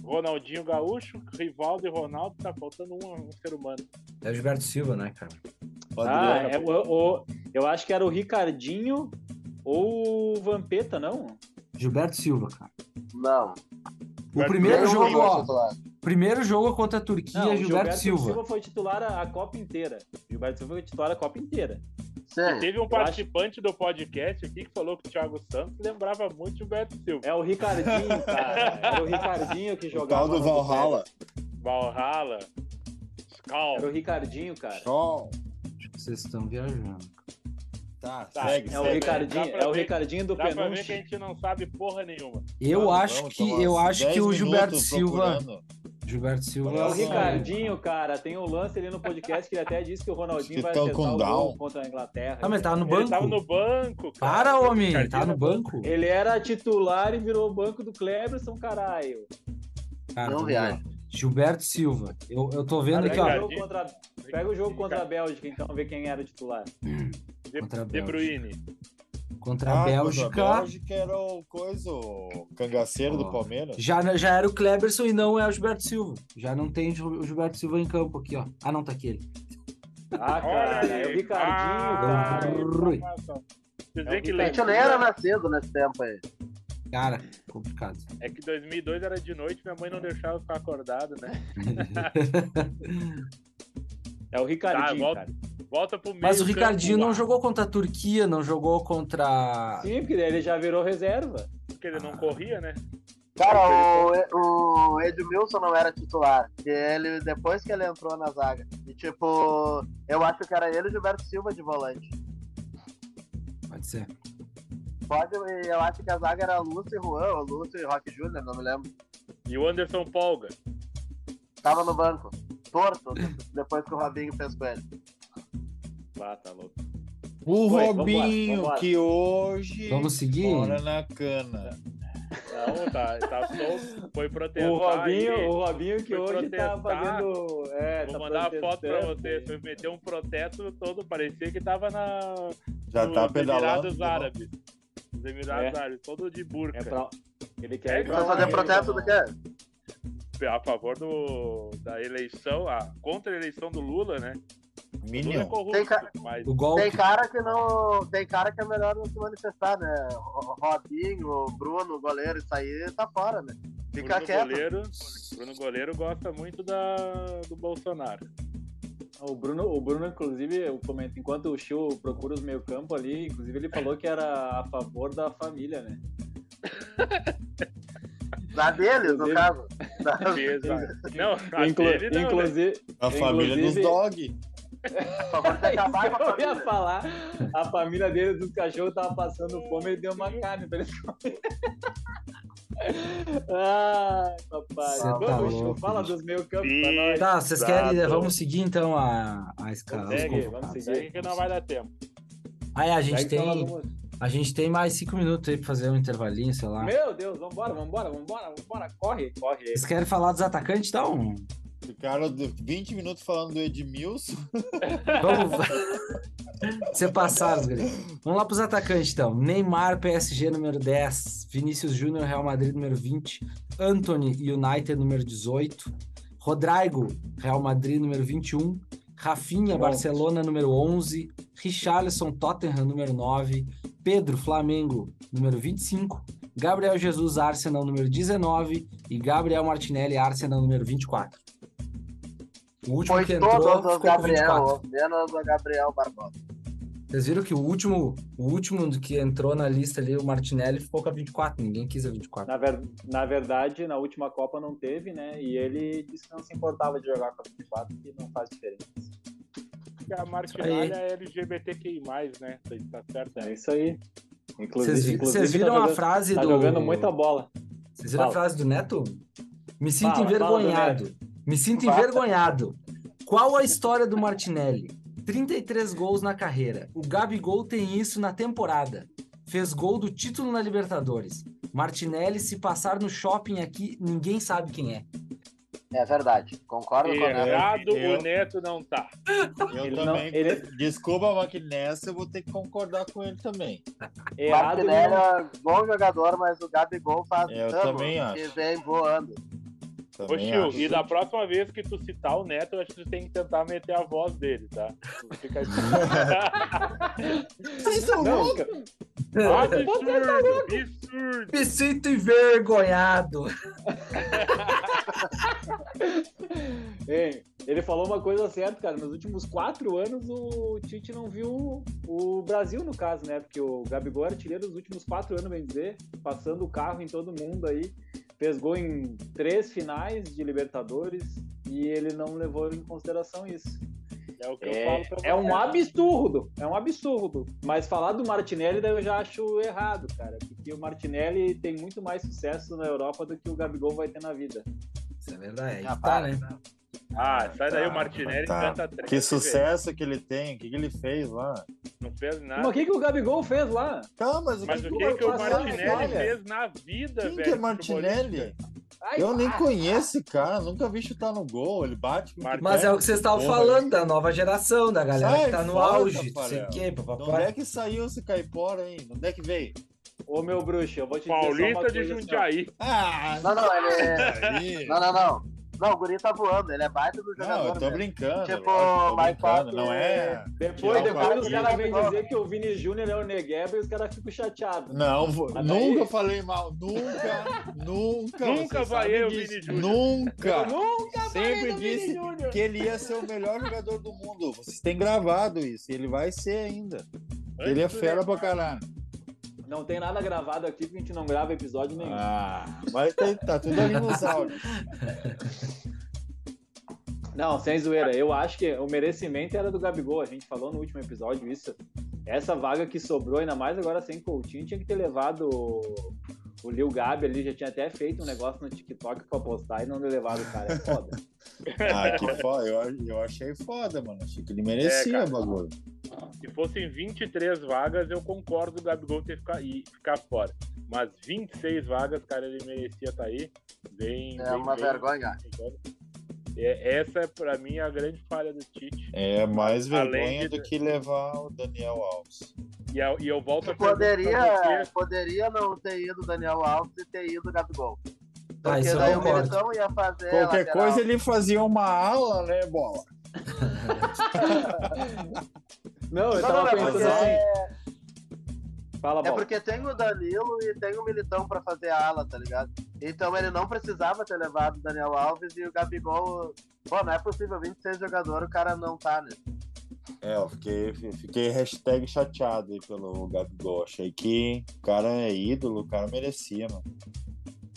Speaker 4: Ronaldinho Gaúcho, Rivaldo e Ronaldo. Tá faltando um, um ser humano.
Speaker 7: É o Gilberto Silva, né, cara?
Speaker 6: Ah,
Speaker 5: Adriano.
Speaker 6: é, o- o- eu acho que era o Ricardinho ou o Vampeta, não?
Speaker 7: Gilberto Silva, cara.
Speaker 3: Não.
Speaker 7: O
Speaker 4: Gilberto
Speaker 7: primeiro
Speaker 4: Silva
Speaker 7: jogo,
Speaker 4: jogou.
Speaker 7: ó. Primeiro jogo contra a Turquia, é
Speaker 6: não, o
Speaker 7: Gilberto, Silva.
Speaker 6: foi titular a, a Copa inteira. Gilberto Silva foi titular a Copa inteira.
Speaker 3: Sim.
Speaker 4: Teve um
Speaker 6: acho-
Speaker 4: participante do podcast aqui que falou que o Thiago Santos lembrava muito Gilberto Silva.
Speaker 6: É o Ricardinho, cara. Era o Ricardinho que
Speaker 5: O tal
Speaker 6: jogava.
Speaker 5: do
Speaker 6: no
Speaker 5: Valhalla.
Speaker 4: Valhalla,
Speaker 6: Era
Speaker 4: Skull.
Speaker 6: o Ricardinho, cara.
Speaker 5: Show.
Speaker 7: Vocês estão viajando.
Speaker 5: Tá,
Speaker 4: Tá,
Speaker 5: segue,
Speaker 6: É o
Speaker 5: segue.
Speaker 6: Ricardinho,
Speaker 4: Dá pra
Speaker 6: é o
Speaker 4: ver-
Speaker 6: Ricardinho
Speaker 4: Dá
Speaker 6: do
Speaker 4: pra ver que a
Speaker 5: é
Speaker 6: penúltimo.
Speaker 4: gente não sabe porra nenhuma.
Speaker 7: Eu
Speaker 5: Vamos,
Speaker 7: acho
Speaker 5: vamos,
Speaker 7: que
Speaker 5: Tomás.
Speaker 7: eu acho que
Speaker 5: 10
Speaker 7: o
Speaker 5: minutos
Speaker 7: Gilberto Silva,
Speaker 5: procurando.
Speaker 7: Gilberto Silva,
Speaker 5: É
Speaker 6: É o
Speaker 5: Nossa,
Speaker 6: Ricardinho, cara. Tem um lance ali no podcast que ele até disse que o Ronaldinho
Speaker 5: que
Speaker 6: vai
Speaker 5: tão
Speaker 6: acertar
Speaker 5: com
Speaker 6: o
Speaker 5: down.
Speaker 6: gol contra a Inglaterra.
Speaker 7: Ah, mas tava no
Speaker 4: Ele tava
Speaker 7: banco.
Speaker 4: no banco. cara.
Speaker 7: Para, homem,
Speaker 4: Ricardinho
Speaker 7: tava no
Speaker 4: era-
Speaker 7: banco.
Speaker 6: Ele era titular e virou o banco do Cleberson, caralho.
Speaker 7: Cara,
Speaker 3: Não
Speaker 7: vamos
Speaker 3: viaja.
Speaker 7: lá. Gilberto Silva. Eu, eu tô
Speaker 4: Cara,
Speaker 7: vendo aqui,
Speaker 6: Pega o
Speaker 7: ó.
Speaker 4: Ricardinho.
Speaker 6: jogo contra, pega o jogo contra a Bélgica, então, vê quem era o titular.
Speaker 4: De,
Speaker 7: Contra a
Speaker 4: De Bruyne.
Speaker 7: Contra a
Speaker 5: Ah, A
Speaker 7: Bélgica.
Speaker 5: Bélgica era o coisa, o cangaceiro
Speaker 7: Ó.
Speaker 5: do Palmeiras.
Speaker 7: Já, né, já era o Kleberson e não é o Gilberto Silva. Já não tem o Gilberto Silva em campo aqui, ó. Ah, não, tá aqui ele. um
Speaker 4: Olha
Speaker 6: Ah, cara, é o
Speaker 4: aí.
Speaker 6: Ricardinho,
Speaker 4: Ah,
Speaker 6: cara.
Speaker 7: Rui.
Speaker 4: tá, tá. Vocês
Speaker 6: É
Speaker 4: veem
Speaker 6: o
Speaker 4: que
Speaker 3: A
Speaker 6: Ricardinho.
Speaker 4: lembra-
Speaker 3: gente nem era nascido nesse tempo aí.
Speaker 7: Cara, complicado.
Speaker 4: É que 2002 era de noite, minha mãe não deixava eu ficar acordado, né?
Speaker 6: É o
Speaker 4: Tá,
Speaker 6: Ricardinho,
Speaker 4: volta.
Speaker 6: cara.
Speaker 4: Volta pro meio.
Speaker 7: Mas o
Speaker 4: campo. ah,
Speaker 7: Ricardinho não
Speaker 4: Uau,
Speaker 7: jogou contra a Turquia, não jogou contra.
Speaker 6: Sim, porque ele já virou reserva.
Speaker 4: Porque ele não corria, né?
Speaker 3: Cara, o, o Edmilson não era titular. E ele, depois que ele entrou na zaga. E tipo, eu acho que era ele e o Gilberto Silva de volante.
Speaker 7: Pode ser.
Speaker 3: Pode, eu acho que a zaga era Lúcio e Juan, ou Lúcio e Rock Júnior, não me lembro.
Speaker 4: E o Anderson Polga.
Speaker 3: Tava no banco. Torto, depois que o Robinho fez com ele.
Speaker 6: Ah, tá louco.
Speaker 5: O
Speaker 6: Foi,
Speaker 5: Robinho,
Speaker 6: vambora, vambora.
Speaker 5: que hoje
Speaker 7: Vamos seguir?
Speaker 5: mora na cana.
Speaker 4: Não, tá, tá solto. Foi protestar.
Speaker 6: O Robinho,
Speaker 4: aí.
Speaker 6: o Robinho que
Speaker 4: Foi
Speaker 6: hoje tá
Speaker 4: protestar.
Speaker 6: fazendo. É, tá
Speaker 4: Vou mandar a foto pra
Speaker 6: protestando.
Speaker 4: vocês. Foi meter um protesto todo, parecia que tava na,
Speaker 5: Já
Speaker 4: no-
Speaker 5: tá
Speaker 4: nos
Speaker 5: pedalando.
Speaker 4: Emirados
Speaker 5: de novo.
Speaker 4: Árabes. Os Emirados Árabes, todo de burca.
Speaker 6: É pra... Ele quer
Speaker 4: É,
Speaker 6: ir pra
Speaker 3: Pra
Speaker 6: lá,
Speaker 3: fazer
Speaker 6: ele
Speaker 3: protesto
Speaker 6: tá-
Speaker 3: do quê?
Speaker 4: A favor do, da eleição, a contra-eleição do Lula, né? O Lula é
Speaker 5: Minion.
Speaker 4: corrupto,
Speaker 3: Tem ca-
Speaker 4: mas
Speaker 7: O golpe.
Speaker 3: Tem cara que não. Tem cara que é melhor não se manifestar, né? O- o Robinho, o Bruno, o goleiro, isso aí tá fora, né? Fica
Speaker 4: Bruno
Speaker 3: quieto.
Speaker 4: goleiro, Bruno Goleiro gosta muito da, do Bolsonaro.
Speaker 6: O Bruno, o Bruno inclusive, eu comento, enquanto o Chiu procura os meio campo ali, inclusive ele falou que era a favor da família, né?
Speaker 3: Da deles, no
Speaker 6: Inclusive-
Speaker 3: caso. Da-
Speaker 4: Exato. Não, a
Speaker 6: Inclu-
Speaker 4: dele não, né?
Speaker 6: inclusive,
Speaker 5: A família dos
Speaker 6: Inclusive-
Speaker 5: dog.
Speaker 3: Por favor, tem que acabar com a
Speaker 6: eu ia
Speaker 3: família.
Speaker 6: falar, a família dele dos cachorros tava passando fome, ele deu uma carne pra eles comerem. Ai, papai.
Speaker 7: Cê tá
Speaker 6: Vamos, Chiu,
Speaker 7: louco,
Speaker 6: fala
Speaker 7: bicho.
Speaker 6: dos meio campos pra nós.
Speaker 7: Tá, vocês querem.
Speaker 4: Exato.
Speaker 7: Vamos seguir então a, a escala. os
Speaker 6: Segue,
Speaker 7: convocados.
Speaker 6: vamos
Speaker 4: Daí que não vai dar tempo.
Speaker 7: Aí a gente
Speaker 6: Segue
Speaker 7: tem.
Speaker 6: falando muito.
Speaker 7: A gente tem mais cinco minutos aí pra fazer um intervalinho, sei lá.
Speaker 6: Meu Deus, vambora, vambora, vambora, vambora, corre, corre.
Speaker 7: Vocês querem falar dos atacantes? Então,
Speaker 5: Ficaram de- 20 minutos falando do Edmilson.
Speaker 7: vamos. Você passar, os guri. Vamos lá pros atacantes, então. Neymar, PSG, número 10. Vinícius Júnior, Real Madrid, número 20. Anthony, United, número 18. Rodrigo, Real Madrid, número 21. Rafinha,
Speaker 6: Bom.
Speaker 7: Barcelona, número 11. Richarlison, Tottenham, número 9. Pedro, Flamengo, número 25. Gabriel Jesus, Arsenal, número 19. E Gabriel Martinelli, Arsenal, número 24. O último
Speaker 3: Foi
Speaker 7: que entrou
Speaker 3: todos
Speaker 7: ficou
Speaker 3: os
Speaker 7: com 24.
Speaker 3: Gabriel, menos o Gabriel Barbosa.
Speaker 7: Vocês viram que o último, o último do que entrou na lista ali, o Martinelli, ficou com a 24. Ninguém quis a 24.
Speaker 6: Na, ver- na verdade, na última Copa não teve, né? E ele disse que não se importava de jogar com a 24, que não faz diferença.
Speaker 4: Porque a Martinalha é LGBTQI, né? Isso Tá certo,
Speaker 6: É
Speaker 4: né?
Speaker 6: isso aí. Inclusive,
Speaker 7: Vocês vi-
Speaker 6: inclusive
Speaker 7: vocês viram
Speaker 6: tá
Speaker 7: a
Speaker 6: jogando,
Speaker 7: frase
Speaker 6: tá
Speaker 7: do.
Speaker 6: jogando muita bola.
Speaker 7: Vocês viram a
Speaker 6: Fala.
Speaker 7: frase do Neto? Me sinto
Speaker 6: Fala, fala do
Speaker 7: envergonhado. Me sinto
Speaker 3: Fala.
Speaker 7: envergonhado. Qual a história do Martinelli? 33 gols na carreira. O Gabigol tem isso na temporada. Fez gol do título na Libertadores. Martinelli, se passar no shopping aqui, ninguém sabe quem é.
Speaker 3: É verdade, concordo com ela.
Speaker 4: Errado,
Speaker 5: Eu-
Speaker 4: o Neto não tá.
Speaker 5: Eu
Speaker 6: Ele não-
Speaker 5: também.
Speaker 6: ele-
Speaker 5: Desculpa, mas que nessa eu vou ter que concordar com ele também.
Speaker 6: Errado
Speaker 3: Martinelli
Speaker 6: não.
Speaker 3: é bom jogador, mas o Gabigol faz
Speaker 5: É, Eu
Speaker 3: anos
Speaker 5: também acho.
Speaker 3: que vem voando.
Speaker 4: Ô,
Speaker 5: Também
Speaker 4: Chiu,
Speaker 5: acho.
Speaker 4: e da próxima vez que tu citar o Neto, eu acho que tu tem que tentar meter a voz dele, tá? Fica aqui.
Speaker 5: Vocês são
Speaker 6: Não,
Speaker 5: loucos?
Speaker 6: cara,
Speaker 4: absurdo, absurdo.
Speaker 7: Me sinto envergonhado.
Speaker 6: ei, ele falou uma coisa certa, cara. Nos últimos quatro anos, o Tite não viu o Brasil, no caso, né? Porque o Gabigol é artilheiro dos últimos quatro anos, bem dizer, passando o carro em todo mundo aí. Fez gol em três finais de Libertadores e ele não levou em consideração isso.
Speaker 4: É o que eu
Speaker 6: É,
Speaker 4: falo pra
Speaker 6: é um
Speaker 4: vocês.
Speaker 6: absurdo, é um absurdo. Mas falar do Martinelli daí eu já acho errado, cara. Porque o Martinelli tem muito mais sucesso na Europa do que o Gabigol vai ter na vida.
Speaker 7: Isso é verdade. Aí
Speaker 3: Ah,
Speaker 7: que tá,
Speaker 3: para,
Speaker 7: né?
Speaker 3: para.
Speaker 4: Ah, sai daí o
Speaker 5: Tá,
Speaker 4: Martinelli
Speaker 5: tá.
Speaker 4: canta três.
Speaker 5: Que
Speaker 4: velho.
Speaker 5: sucesso que ele tem, o que, que ele fez lá.
Speaker 4: Não fez nada.
Speaker 6: Mas o que, que o Gabigol fez lá?
Speaker 5: Tá, mas o
Speaker 4: Mas
Speaker 5: que,
Speaker 4: o
Speaker 5: que
Speaker 4: que,
Speaker 5: vai
Speaker 4: que o
Speaker 5: passar na
Speaker 4: Martinelli
Speaker 5: Itália?
Speaker 4: fez na vida, velho?
Speaker 5: Quem que é
Speaker 4: futebolista?
Speaker 5: Martinelli?
Speaker 6: Ai,
Speaker 5: Eu nem
Speaker 6: ah,
Speaker 5: conheço esse cara, nunca vi chutar no gol, ele bate com o que
Speaker 4: Martinelli.
Speaker 7: Mas é o que vocês estavam
Speaker 5: Porra,
Speaker 7: falando, da nova geração, da galera
Speaker 5: Sai
Speaker 7: que tá no
Speaker 5: fora,
Speaker 7: auge, não sei
Speaker 5: Tafarel.
Speaker 7: o quê,
Speaker 5: De onde
Speaker 7: papapá.
Speaker 5: é que saiu esse caipora, hein? De onde é que veio?
Speaker 6: Ô meu bruxo, eu vou te dizer é só uma
Speaker 4: Paulista de
Speaker 6: coisa, assim, ó.
Speaker 4: Jundiaí.
Speaker 5: Ah,
Speaker 3: Não, não, ele é...
Speaker 5: aí.
Speaker 3: Não, não, não. Não, o Guri tá voando, ele é baita do jogador.
Speaker 5: Não, eu tô
Speaker 3: mesmo.
Speaker 5: brincando.
Speaker 3: Tipo,
Speaker 5: lógico, tô
Speaker 3: vai
Speaker 5: brincando.
Speaker 3: que-
Speaker 5: Não é.
Speaker 6: Depois,
Speaker 5: Tirar o
Speaker 6: depois os
Speaker 5: Martinelli.
Speaker 6: caras vêm dizer que o Vini Júnior é o Negueba e os caras ficam chateados.
Speaker 5: Não, vou-
Speaker 6: Mas daí-
Speaker 5: nunca falei mal. Nunca, nunca.
Speaker 4: é Nunca
Speaker 5: vocês
Speaker 4: vai
Speaker 5: sabem
Speaker 4: eu,
Speaker 5: disso.
Speaker 4: Vini Júnior.
Speaker 6: Eu
Speaker 5: Nunca.
Speaker 6: nunca
Speaker 5: Sempre
Speaker 6: falei do Vini
Speaker 5: disse
Speaker 6: Júnior.
Speaker 5: que ele ia ser o melhor jogador do mundo. Vocês têm gravado isso. e Ele vai ser ainda. Ele é
Speaker 4: Antes do
Speaker 5: fera pra
Speaker 4: Neymar.
Speaker 5: caralho.
Speaker 6: Não tem nada gravado aqui porque a gente não grava episódio nenhum.
Speaker 5: Ah, mas tá, tá tudo ali nos áudios.
Speaker 6: Não, sem zoeira. Eu acho que o merecimento era do Gabigol. A gente falou no último episódio isso. Essa vaga que sobrou, ainda mais agora sem Coutinho, tinha que ter levado o, o Lil Gabi ali. Já tinha até feito um negócio no TikTok pra postar e não levaram o cara. É foda.
Speaker 5: Ah, que foda. Eu, eu achei foda, mano. Achei que ele
Speaker 4: É,
Speaker 5: merecia
Speaker 4: cara.
Speaker 5: o bagulho.
Speaker 4: Se fossem 23 vagas, eu concordo o Gabigol ter ficar, e ficar fora. Mas 26 vagas, cara, ele merecia estar aí. Bem,
Speaker 3: É
Speaker 4: bem,
Speaker 3: uma
Speaker 4: bem.
Speaker 3: vergonha.
Speaker 4: É, essa é, pra mim, a grande falha do Tite.
Speaker 5: É mais
Speaker 4: Além
Speaker 5: vergonha
Speaker 4: de-
Speaker 5: do que levar o Daniel Alves.
Speaker 4: E eu, e eu volto a perguntar pra
Speaker 3: Poderia,
Speaker 4: você,
Speaker 3: poderia não ter ido Daniel Alves e ter ido Gabigol.
Speaker 7: Ah,
Speaker 3: Porque
Speaker 7: isso eu
Speaker 3: daí o
Speaker 7: concordo.
Speaker 3: Militão ia fazer.
Speaker 5: Qualquer
Speaker 3: lateral.
Speaker 5: coisa ele fazia uma ala, né, bola?
Speaker 6: Não,
Speaker 3: Não,
Speaker 6: eu tava
Speaker 3: não, é
Speaker 6: pensando
Speaker 3: porque,
Speaker 6: assim.
Speaker 3: é,
Speaker 6: Fala,
Speaker 3: é
Speaker 6: bola.
Speaker 3: porque tem o Danilo e tem o Militão pra fazer a ala, tá ligado? Então ele não precisava ter levado o Daniel Alves e o Gabigol. Pô, não é possível, 26 jogador, o cara não tá, né?
Speaker 5: É, eu fiquei, fiquei hashtag chateado aí pelo Gabigol. Achei que o cara é ídolo, o cara merecia, mano.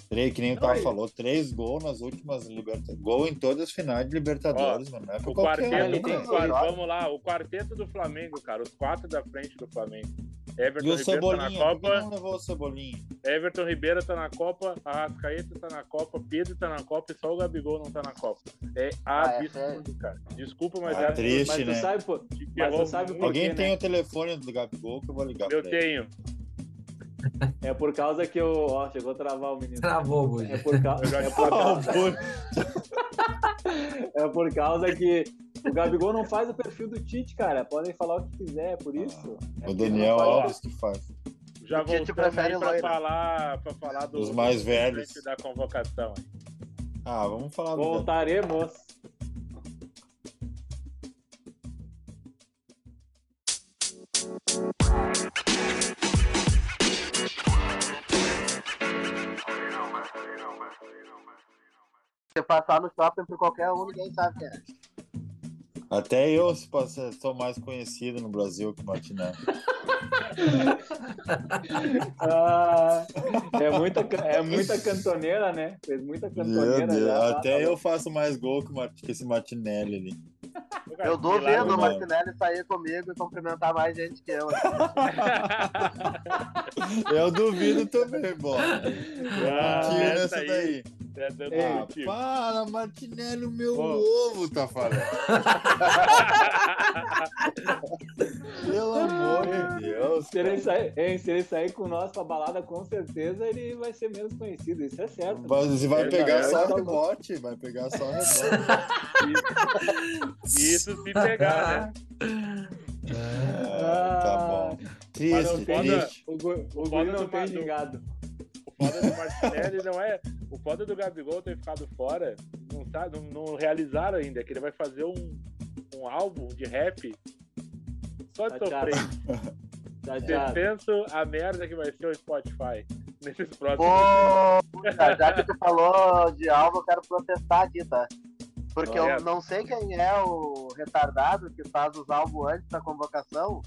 Speaker 5: Três, que nem o
Speaker 6: Não,
Speaker 5: Tava
Speaker 6: e-
Speaker 5: falou, três gols nas últimas Libertadores. Gol em todas as finais de Libertadores, mano. Não é pra
Speaker 4: O
Speaker 5: qualquer
Speaker 4: quarteto,
Speaker 5: um,
Speaker 6: ali
Speaker 4: do,
Speaker 6: tem
Speaker 5: cara.
Speaker 4: Flamengo-
Speaker 3: jogo.
Speaker 4: vamos lá, o quarteto do Flamengo, cara, os quatro da frente do Flamengo. Everton
Speaker 5: E o
Speaker 4: Ribeiro
Speaker 5: Cebolinha,
Speaker 4: tá na
Speaker 5: por que
Speaker 4: Copa,
Speaker 5: não levou o Cebolinha?
Speaker 4: Everton Ribeiro tá na Copa, Arrascaeta tá na Copa, Pedro tá na Copa e só o Gabigol não tá na Copa. É
Speaker 3: Ah, é
Speaker 4: absurdo, cara. Desculpa, mas
Speaker 5: Ah,
Speaker 4: é
Speaker 5: tri- triste,
Speaker 6: mas tu
Speaker 5: né?
Speaker 6: sabe, pô,
Speaker 4: absurdo.
Speaker 6: mas
Speaker 4: Errou
Speaker 6: tu sabe
Speaker 4: muito.
Speaker 6: por quê,
Speaker 5: Alguém tem
Speaker 6: né?
Speaker 5: o telefone do Gabigol que eu vou ligar
Speaker 4: Eu
Speaker 5: pra ele.
Speaker 4: tenho.
Speaker 6: é por causa que eu. Ó, chegou a travar o menino.
Speaker 7: Travou, Buja.
Speaker 6: É por, cau-
Speaker 4: Eu já-
Speaker 6: é por causa.
Speaker 5: Pô,
Speaker 6: É por causa que o Gabigol não faz o perfil do Tite, cara. Podem falar o que quiser, é por isso. É
Speaker 5: o
Speaker 6: porque ele
Speaker 5: Daniel
Speaker 6: não faz-
Speaker 5: Alves que faz.
Speaker 4: Já
Speaker 3: O Tite
Speaker 4: voltamos
Speaker 3: prefere
Speaker 4: aí pra
Speaker 3: loira.
Speaker 4: falar, pra falar do,
Speaker 5: Dos mais velhos.
Speaker 4: da convocação. aí.
Speaker 5: Ah, vamos falar do Gabigol.
Speaker 6: Voltaremos.
Speaker 3: Você passar no shopping por qualquer um, ninguém sabe quem é.
Speaker 5: Até eu se passa- sou mais conhecido no Brasil que o Martinelli.
Speaker 6: Ah, é, muita, ca- é muita cantoneira, né? Fez muita
Speaker 5: Meu
Speaker 6: cantoneira.
Speaker 5: Deus,
Speaker 6: já, tá?
Speaker 5: até eu faço mais gol que, o Mart- que esse Martinelli ali.
Speaker 4: Cara,
Speaker 3: Eu dou o
Speaker 4: milagre.
Speaker 3: dedo o
Speaker 5: mano.
Speaker 3: Martinelli sair comigo e cumprimentar mais gente que eu.
Speaker 5: Eu duvido também, bola.
Speaker 4: Ah,
Speaker 5: Mentira
Speaker 4: essa
Speaker 5: essa
Speaker 4: aí,
Speaker 5: daí.
Speaker 4: é dando
Speaker 5: Ah,
Speaker 4: motivo.
Speaker 5: para, Martinelli, o meu
Speaker 4: Ô.
Speaker 5: ovo, tá falando. Pelo amor de Deus.
Speaker 6: Se ele, sair, hein, se ele sair com nós pra balada, com certeza ele vai ser menos conhecido. Isso é certo.
Speaker 5: Vai- Você vai
Speaker 4: Ele
Speaker 5: pegar
Speaker 4: vai-
Speaker 5: só rebote, vai pegar só rebote.
Speaker 4: Isso se pegar, né?
Speaker 5: Ah, tá bom.
Speaker 6: Mas não
Speaker 5: Triste,
Speaker 6: tem,
Speaker 5: triste.
Speaker 6: o gu- o
Speaker 4: Foda
Speaker 6: guri
Speaker 4: do
Speaker 6: não tem
Speaker 4: Madu.
Speaker 6: gingado.
Speaker 4: O foda do Martinelli não é. O foda do Gabigol ter ficado fora, não, sabe, não, não realizaram ainda, é que ele vai fazer um, um álbum de rap só de
Speaker 6: Chateado.
Speaker 4: sofrer. Vocês
Speaker 6: Chateado.
Speaker 4: pensam a merda que vai ser o Spotify nesses próximos.
Speaker 3: Pô, puta, já que tu falou de alvo, eu quero protestar aqui, tá? Porque
Speaker 4: Olha.
Speaker 3: eu não sei quem é o retardado que faz os alvos antes da convocação,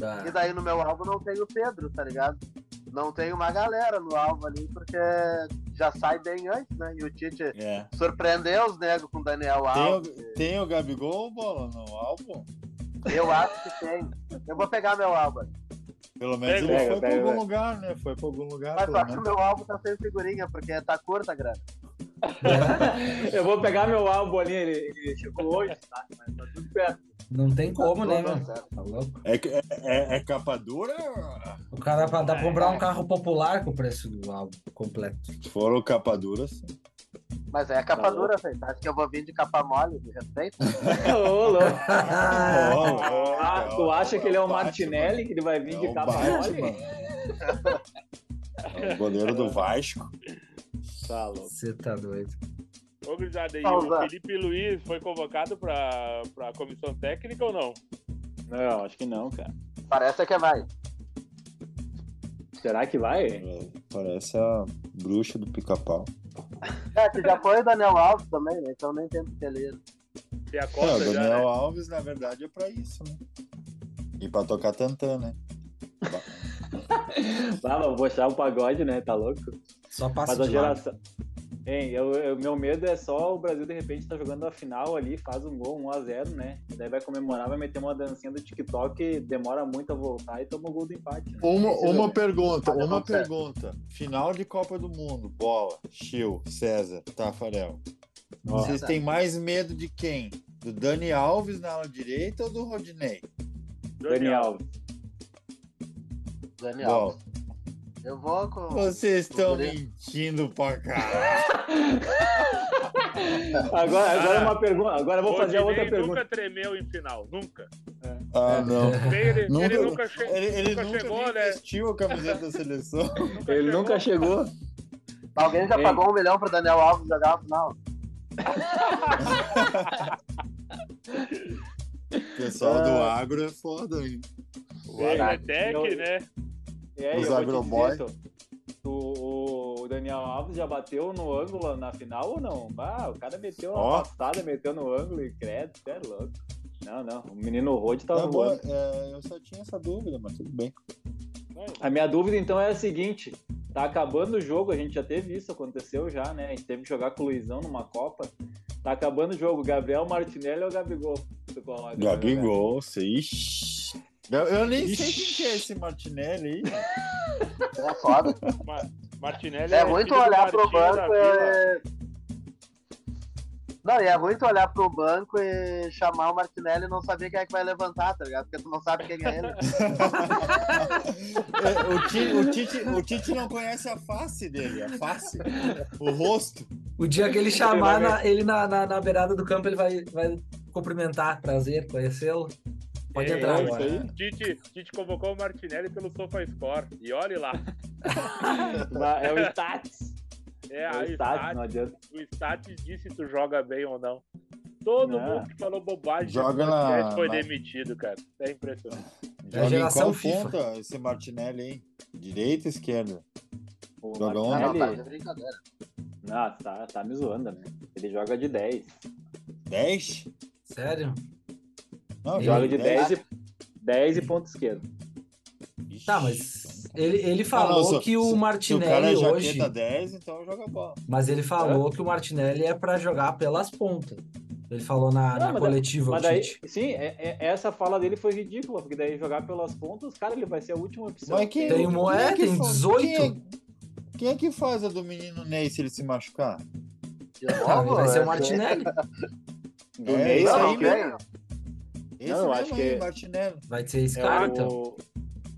Speaker 7: Tá.
Speaker 3: e daí no meu alvo não tem o Pedro, tá ligado? Não tem uma galera no alvo ali, porque já sai bem antes, né? E o Tite
Speaker 5: É.
Speaker 3: surpreendeu os negros com o Daniel
Speaker 5: Tem
Speaker 3: Alves.
Speaker 5: o, tem o Gabigol, bola, no álbum?
Speaker 3: Eu acho que tem. Eu vou pegar meu álbum.
Speaker 5: Pelo menos
Speaker 4: Pega,
Speaker 5: ele
Speaker 6: pega,
Speaker 5: foi pra
Speaker 6: pega,
Speaker 5: algum
Speaker 6: pega.
Speaker 5: lugar, né? Foi pra algum lugar.
Speaker 3: Mas eu
Speaker 5: pelo
Speaker 3: acho que
Speaker 5: menos.
Speaker 3: meu álbum tá sem figurinha, porque tá curta a grana.
Speaker 6: Eu vou pegar meu álbum ali, ele, ele chegou hoje, tá? Mas tá tudo certo.
Speaker 7: Não tem como, né,
Speaker 3: Tá
Speaker 7: mano?
Speaker 3: certo.
Speaker 7: Tá louco?
Speaker 5: É, que- é, é- é capa dura?
Speaker 7: O cara pra, dá pra comprar um carro popular com o preço do álbum completo.
Speaker 5: Se for capa dura, sim.
Speaker 3: Mas é capa
Speaker 6: Tá
Speaker 3: dura, feito. Acho que eu vou vir de capa mole, de respeito.
Speaker 6: Ô, louco.
Speaker 5: Ó, ó,
Speaker 6: Ah,
Speaker 5: ó,
Speaker 6: tu acha
Speaker 5: ó,
Speaker 6: que ele é o
Speaker 5: Batman.
Speaker 6: Martinelli, que ele vai
Speaker 5: É
Speaker 6: vir de
Speaker 5: o
Speaker 6: capa
Speaker 5: Batman.
Speaker 6: mole?
Speaker 5: É o goleiro do Vasco.
Speaker 6: Tá louco.
Speaker 7: Você tá doido.
Speaker 4: Ô, Grisada, e
Speaker 3: Pausa.
Speaker 4: o Felipe Luiz foi convocado pra, pra comissão técnica ou não?
Speaker 6: Não, acho que não, cara.
Speaker 3: Parece que é mais.
Speaker 6: Será que vai?
Speaker 5: Parece a bruxa do pica-pau.
Speaker 3: É, tu já foi o Daniel Alves também, né? Então nem tem porque ele ir.
Speaker 4: Tem a
Speaker 5: É, o
Speaker 4: Copa já,
Speaker 5: Daniel
Speaker 4: né?
Speaker 5: Alves, na verdade, é pra isso, né? E pra tocar tantã, né?
Speaker 6: Ah, mas vou achar o pagode, né? Tá louco?
Speaker 7: Só passa
Speaker 6: Mas a
Speaker 7: de lado.
Speaker 6: geração. Hein, eu, eu- meu medo é só o Brasil de repente tá jogando a final ali, faz um gol, 1x0, né? E daí vai comemorar, vai meter uma dancinha do TikTok, e demora muito a voltar e toma o gol do empate. Né?
Speaker 5: Uma,
Speaker 6: Esse
Speaker 5: uma
Speaker 6: jogo.
Speaker 5: pergunta,
Speaker 3: Olha,
Speaker 5: uma
Speaker 3: vamos ver.
Speaker 5: pergunta. Final de Copa do Mundo, bola, Chil, César, Tafarel.
Speaker 6: Ó.
Speaker 5: Vocês têm mais medo de quem? Do Dani Alves na ala direita ou do Rodinei?
Speaker 6: Daniel.
Speaker 3: Daniel
Speaker 5: Bom,
Speaker 3: Alves. Eu vou com.
Speaker 5: vocês estão
Speaker 3: Rodinei.
Speaker 5: mentindo pra caralho.
Speaker 6: Agora, agora é
Speaker 4: Ah,
Speaker 6: uma pergunta. Agora eu vou fazer a
Speaker 4: Rodinei
Speaker 6: outra pergunta.
Speaker 4: nunca tremeu em final, nunca.
Speaker 5: Ah, não.
Speaker 4: Ele
Speaker 5: Nunca-
Speaker 4: nunca, ele nunca, che-
Speaker 5: Ele, ele
Speaker 4: nunca
Speaker 5: nunca,
Speaker 4: chegou,
Speaker 5: nem
Speaker 4: né?
Speaker 5: vestiu a camiseta da seleção.
Speaker 6: Ele
Speaker 4: chegou.
Speaker 6: nunca chegou.
Speaker 3: Alguém já
Speaker 6: Ei.
Speaker 3: pagou um milhão pro Daniel Alves jogar a final?
Speaker 5: O pessoal do agro é foda, hein?
Speaker 4: Ele é
Speaker 6: Caraca.
Speaker 4: tech,
Speaker 6: Eu-
Speaker 4: né?
Speaker 6: É,
Speaker 5: Os
Speaker 6: eu vou te
Speaker 5: agroboy.
Speaker 6: dizer, Tô. O, o Daniel Alves já bateu no ângulo na final ou não? Ah, o cara meteu
Speaker 5: Ó.
Speaker 6: uma passada, meteu no ângulo e credo, você é louco. Não, não, o menino Rod tá
Speaker 5: Tá bom,
Speaker 6: voando.
Speaker 5: é, eu só tinha essa dúvida, mas tudo bem.
Speaker 6: A minha dúvida então é a seguinte: tá acabando o jogo, a gente já teve isso, aconteceu já, né? A gente teve que jogar com o Luizão numa Copa. Tá acabando o jogo, Gabriel Martinelli ou Gabigol? Tu coloca,
Speaker 5: Gabigol, você... Ixi. É. Eu, eu nem sei
Speaker 6: Ixi.
Speaker 5: quem que é esse Martinelli aí.
Speaker 3: É foda.
Speaker 4: Martinelli
Speaker 3: É ruim tu
Speaker 4: filho do
Speaker 3: olhar pro
Speaker 4: Martinho da
Speaker 3: banco é.
Speaker 4: Vila.
Speaker 3: e. Não, e é ruim tu olhar pro banco e chamar o Martinelli e não saber quem é que vai levantar, tá ligado? Porque tu não sabe quem é ele.
Speaker 5: É, o, Ti- o Tite, o Tite não conhece a face dele, a face, o rosto.
Speaker 7: O dia que ele chamar na- ele na, na, na beirada do campo, ele vai, vai cumprimentar. Prazer, conhecê-lo. Pode
Speaker 4: É,
Speaker 7: entrar
Speaker 4: é
Speaker 7: agora.
Speaker 5: isso
Speaker 4: Tite, Tite convocou o Martinelli pelo SofaScore. E olhe lá.
Speaker 6: Mas É o Stats.
Speaker 4: É,
Speaker 6: É o
Speaker 4: aí o
Speaker 6: Stats, não
Speaker 4: Stat,
Speaker 6: adianta.
Speaker 4: o Stat disse se tu joga bem ou não. Todo
Speaker 6: É.
Speaker 4: mundo que falou bobagem
Speaker 5: Joga
Speaker 4: depois do
Speaker 5: na-
Speaker 4: Stat foi
Speaker 5: na-
Speaker 4: demitido, cara. É impressionante.
Speaker 7: É a geração FIFA.
Speaker 5: ponta esse Martinelli, hein? Direita, esquerda.
Speaker 6: O
Speaker 3: Não,
Speaker 5: Joga
Speaker 3: não,
Speaker 5: onde?
Speaker 3: tá
Speaker 6: Martinelli.
Speaker 3: de brincadeira.
Speaker 6: Não, tá, tá me zoando, né? Ele joga de 10.
Speaker 5: 10?
Speaker 7: Sério?
Speaker 5: Não,
Speaker 7: Ele
Speaker 6: Joga de 10
Speaker 5: dez.
Speaker 6: e, 10 e ponto esquerdo.
Speaker 5: Ixi.
Speaker 7: Tá, mas
Speaker 5: Então tá.
Speaker 7: ele, ele
Speaker 5: Ah, não,
Speaker 7: falou
Speaker 5: se-
Speaker 7: que o
Speaker 5: se-
Speaker 7: Martinelli
Speaker 5: se o cara é
Speaker 7: hoje.
Speaker 5: jaqueta 10, então joga bola.
Speaker 7: Mas ele falou que o Martinelli é pra jogar pelas pontas. Ele falou na,
Speaker 6: Não,
Speaker 7: na
Speaker 6: mas da-
Speaker 7: coletiva,
Speaker 6: Mas
Speaker 7: o
Speaker 6: daí,
Speaker 7: Tite.
Speaker 6: sim, é- é- essa fala dele foi ridícula, porque daí jogar pelas pontas, cara, ele vai ser a última opção.
Speaker 5: Mas quem,
Speaker 7: Tem um-
Speaker 5: quem
Speaker 7: é, tem
Speaker 5: faz-
Speaker 7: 18.
Speaker 5: Quem é, quem é que faz a do menino Ney se ele se machucar?
Speaker 3: De
Speaker 7: Ah,
Speaker 3: novo,
Speaker 7: vai ser
Speaker 3: é-
Speaker 7: o Martinelli.
Speaker 6: Do né?
Speaker 5: É,
Speaker 6: Ney,
Speaker 5: isso
Speaker 3: Não,
Speaker 6: sabe
Speaker 5: aí
Speaker 3: não
Speaker 6: que
Speaker 5: mesmo.
Speaker 3: tem.
Speaker 5: Esse
Speaker 6: Não, eu
Speaker 5: mesmo
Speaker 6: acho
Speaker 5: aí,
Speaker 6: que-
Speaker 5: Martinelli.
Speaker 7: Vai ser esse
Speaker 6: É
Speaker 7: cara,
Speaker 6: o-
Speaker 7: então.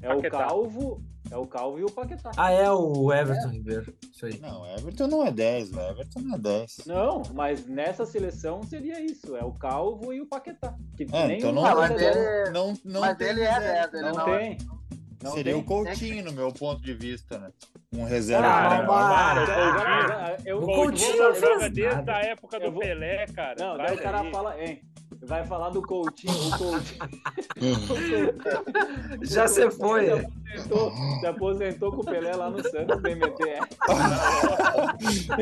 Speaker 6: É o
Speaker 4: Paquetá.
Speaker 6: Calvo, é o Calvo e o Paquetá.
Speaker 7: Ah, é o Everton Ribeiro. Isso aí.
Speaker 5: Não, Everton não é 10, velho. Everton não é 10.
Speaker 6: Não, mas nessa seleção seria isso, é o Calvo e o Paquetá. Que
Speaker 5: É,
Speaker 6: nem
Speaker 5: então
Speaker 6: um
Speaker 5: não,
Speaker 3: Ah,
Speaker 6: dos
Speaker 3: mas
Speaker 6: dois
Speaker 3: ele-
Speaker 6: é-
Speaker 5: não, não
Speaker 3: Mas
Speaker 5: tem
Speaker 3: ele é
Speaker 5: reserva.
Speaker 3: 10, ele
Speaker 6: não,
Speaker 3: não, é.
Speaker 6: tem. não
Speaker 5: Seria
Speaker 6: tem.
Speaker 5: o Coutinho, no meu ponto de vista, né? Um reserva pra
Speaker 7: Ah, mas-
Speaker 6: Cara,
Speaker 4: Coutinho.
Speaker 6: agora- agora- eu-
Speaker 7: O
Speaker 4: Pô,
Speaker 7: Coutinho
Speaker 4: Coutinho
Speaker 7: não
Speaker 4: joga
Speaker 7: faz
Speaker 4: desde
Speaker 7: nada.
Speaker 4: a época
Speaker 6: Eu
Speaker 4: do
Speaker 6: vou-
Speaker 4: Pelé, cara.
Speaker 6: Não,
Speaker 4: Vai
Speaker 6: daí o cara
Speaker 4: aí.
Speaker 6: fala, hein, vai falar do Coutinho, o Coutinho.
Speaker 7: Já você foi.
Speaker 6: Se aposentou, se aposentou com o Pelé lá no Santos, né? é, BMT.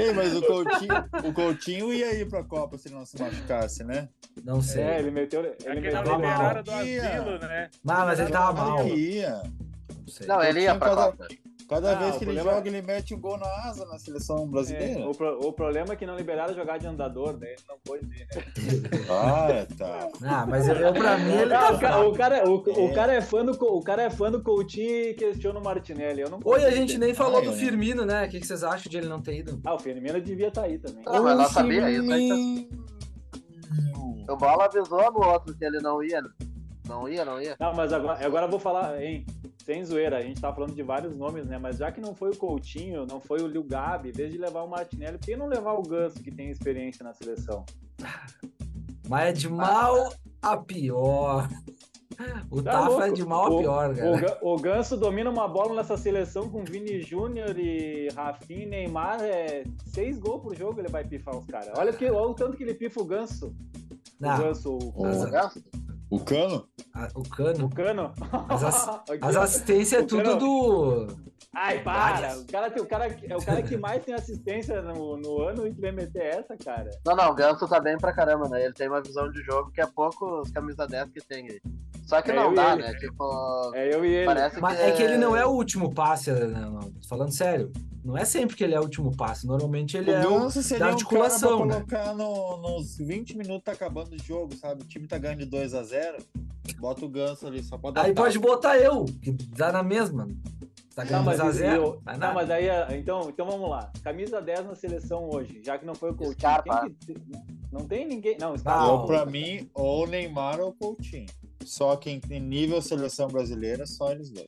Speaker 5: Ei, mas o Coutinho, o Coutinho ia ir pra Copa se ele não se machucasse, né?
Speaker 7: Não sei.
Speaker 6: É, ele meteu. Ele
Speaker 4: Aquele na
Speaker 6: meteu
Speaker 7: não
Speaker 6: é, mal.
Speaker 4: liberaram do
Speaker 5: Dia.
Speaker 4: asilo, né?
Speaker 7: Ah, mas ele tava
Speaker 5: Claro
Speaker 7: mal.
Speaker 5: que ia.
Speaker 7: Não sei.
Speaker 3: Não, ele ia pra
Speaker 5: Coutinho
Speaker 3: Copa.
Speaker 5: Cada
Speaker 6: Ah,
Speaker 5: vez
Speaker 6: o
Speaker 5: que ele
Speaker 6: problema-
Speaker 5: joga, ele mete um gol na asa na seleção
Speaker 6: É,
Speaker 5: brasileira.
Speaker 6: o, pro- o problema é que não liberaram jogar de andador, daí ele não pôde ir, né?
Speaker 5: Ah, tá.
Speaker 7: Ah, mas eu, eu, pra mim ele
Speaker 6: Ah,
Speaker 7: tá
Speaker 6: o, ca-
Speaker 7: fraco.
Speaker 6: o cara, o, o
Speaker 5: É.
Speaker 6: cara é fã do, Co- o cara é fã do Coutinho e questiona o Martinelli. Eu não
Speaker 7: Oi, a
Speaker 6: consigo
Speaker 7: gente
Speaker 6: entender.
Speaker 7: nem falou
Speaker 5: Ah,
Speaker 7: do
Speaker 5: é.
Speaker 7: Firmino, né? O que, que vocês acham de ele não ter ido?
Speaker 6: Ah, o Firmino devia estar aí também.
Speaker 3: Ah, mas nós sabia isso, né? a gente
Speaker 5: Firmino.
Speaker 3: O Bola avisou no outro que ele não ia. né? Não ia, não ia.
Speaker 6: Não, mas agora, agora eu vou falar, hein? Sem zoeira, a gente tá falando de vários nomes, né? Mas já que não foi o Coutinho, não foi o Lil Gabi, em vez de levar o Martinelli, por que não levar o Ganso, que tem experiência na seleção?
Speaker 7: Mas é de mal a pior. O
Speaker 6: Tá
Speaker 7: Tafa
Speaker 6: louco.
Speaker 7: é de mal a
Speaker 6: O-
Speaker 7: pior,
Speaker 6: O,
Speaker 7: cara.
Speaker 6: Ga- o Ganso domina uma bola nessa seleção com Vini Júnior e Rafinha e Neymar. É seis gols por jogo ele vai pifar os caras. Olha, que- olha o tanto que ele pifa o Ganso. O
Speaker 7: Não,
Speaker 6: Ganso, o,
Speaker 5: O-
Speaker 3: O Ganso?
Speaker 5: O Cano?
Speaker 7: a- o
Speaker 6: o
Speaker 7: Cano.
Speaker 6: Cano.
Speaker 7: As ass-
Speaker 6: Aqui,
Speaker 7: As
Speaker 6: ó.
Speaker 7: assistências é
Speaker 6: O
Speaker 7: tudo
Speaker 6: Cano-
Speaker 7: do.
Speaker 6: Ai, para! O cara, tem- o cara, é o cara que mais tem assistência no, no ano e tu vai meter essa, cara.
Speaker 3: Não, não, o Ganso tá bem pra caramba, né? Ele tem uma visão de jogo que é pouco os camisa 10 que tem aí. Só que
Speaker 6: É, eu
Speaker 3: não
Speaker 6: e
Speaker 3: dá,
Speaker 6: ele.
Speaker 3: né? Tipo,
Speaker 6: É eu e ele.
Speaker 3: parece
Speaker 7: Mas
Speaker 3: que.
Speaker 7: é que ele não é o último passe, né, mano? falando sério. Não é sempre que ele é o último passe. Normalmente ele
Speaker 5: o
Speaker 7: é o.
Speaker 5: Ganso seria
Speaker 7: da
Speaker 5: um cara pra
Speaker 7: articulação, né?
Speaker 5: colocar no- nos 20 minutos tá acabando o jogo, sabe? O time tá ganhando de 2 a 0 Bota o Ganso ali só pra dar. um
Speaker 7: Aí
Speaker 5: tapa.
Speaker 7: pode botar eu, que dá na mesma. Tá
Speaker 6: Tá,
Speaker 7: ganhando
Speaker 6: mas,
Speaker 7: 2 a
Speaker 6: e- e
Speaker 7: 0
Speaker 6: eu-
Speaker 7: vai
Speaker 6: tá,
Speaker 7: nada.
Speaker 6: mas aí, ah, então, então vamos lá. Camisa 10 na seleção hoje, já que não foi o Coutinho.
Speaker 3: Scarpa.
Speaker 6: quem que te- não tem ninguém. Não,
Speaker 7: Ah,
Speaker 5: Ou
Speaker 7: o-
Speaker 5: pra mim, ou o Neymar ou o Coutinho. Só que em nível seleção brasileira, só eles dois.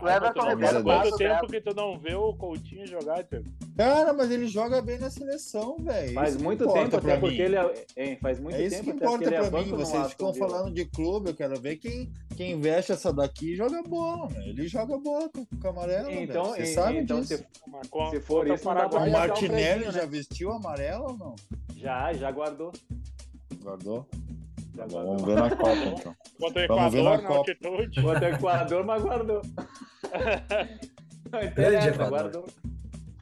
Speaker 3: O Everton
Speaker 4: Ah, mas
Speaker 5: Ribeiro
Speaker 4: Quanto
Speaker 3: passa o
Speaker 4: tempo
Speaker 3: Everton.
Speaker 4: que tu não vê o Coutinho jogar, Thiago?
Speaker 5: Cara, mas ele joga bem na seleção, velho.
Speaker 6: Faz
Speaker 5: Isso que
Speaker 6: muito
Speaker 5: importa
Speaker 6: tempo,
Speaker 5: pra
Speaker 6: até porque
Speaker 5: mim.
Speaker 6: ele é. Hein, faz muito
Speaker 5: É isso
Speaker 6: tempo
Speaker 5: que
Speaker 6: até porque
Speaker 5: importa
Speaker 6: ele é
Speaker 5: pra
Speaker 6: banco
Speaker 5: mim.
Speaker 6: no
Speaker 5: Vocês
Speaker 6: Aston
Speaker 5: ficam
Speaker 6: Villa.
Speaker 5: falando de clube, eu quero ver quem, quem veste essa daqui e joga bola, velho. Ele joga bola com o amarelo,
Speaker 6: Então,
Speaker 5: velho. Vocês
Speaker 6: e-
Speaker 5: sabem
Speaker 6: então
Speaker 5: disso?
Speaker 6: se-
Speaker 4: Mas co-
Speaker 6: Se for
Speaker 4: contra
Speaker 6: isso,
Speaker 4: o
Speaker 6: não dá pra
Speaker 4: Paraguai,
Speaker 5: O
Speaker 6: guardar um
Speaker 5: Martinelli
Speaker 6: prezinho, né?
Speaker 5: já vestiu amarelo ou não?
Speaker 6: já, já guardou.
Speaker 5: Guardou?
Speaker 6: Já guardou.
Speaker 5: Vamos ver na Copa, então.
Speaker 4: contra o
Speaker 5: Vamos ver
Speaker 4: Equador
Speaker 5: na
Speaker 4: na
Speaker 5: Copa.
Speaker 4: altitude.
Speaker 6: Botou o Equador, mas guardou. Não
Speaker 7: Grande
Speaker 6: interessa,
Speaker 7: Equador.
Speaker 6: guardou.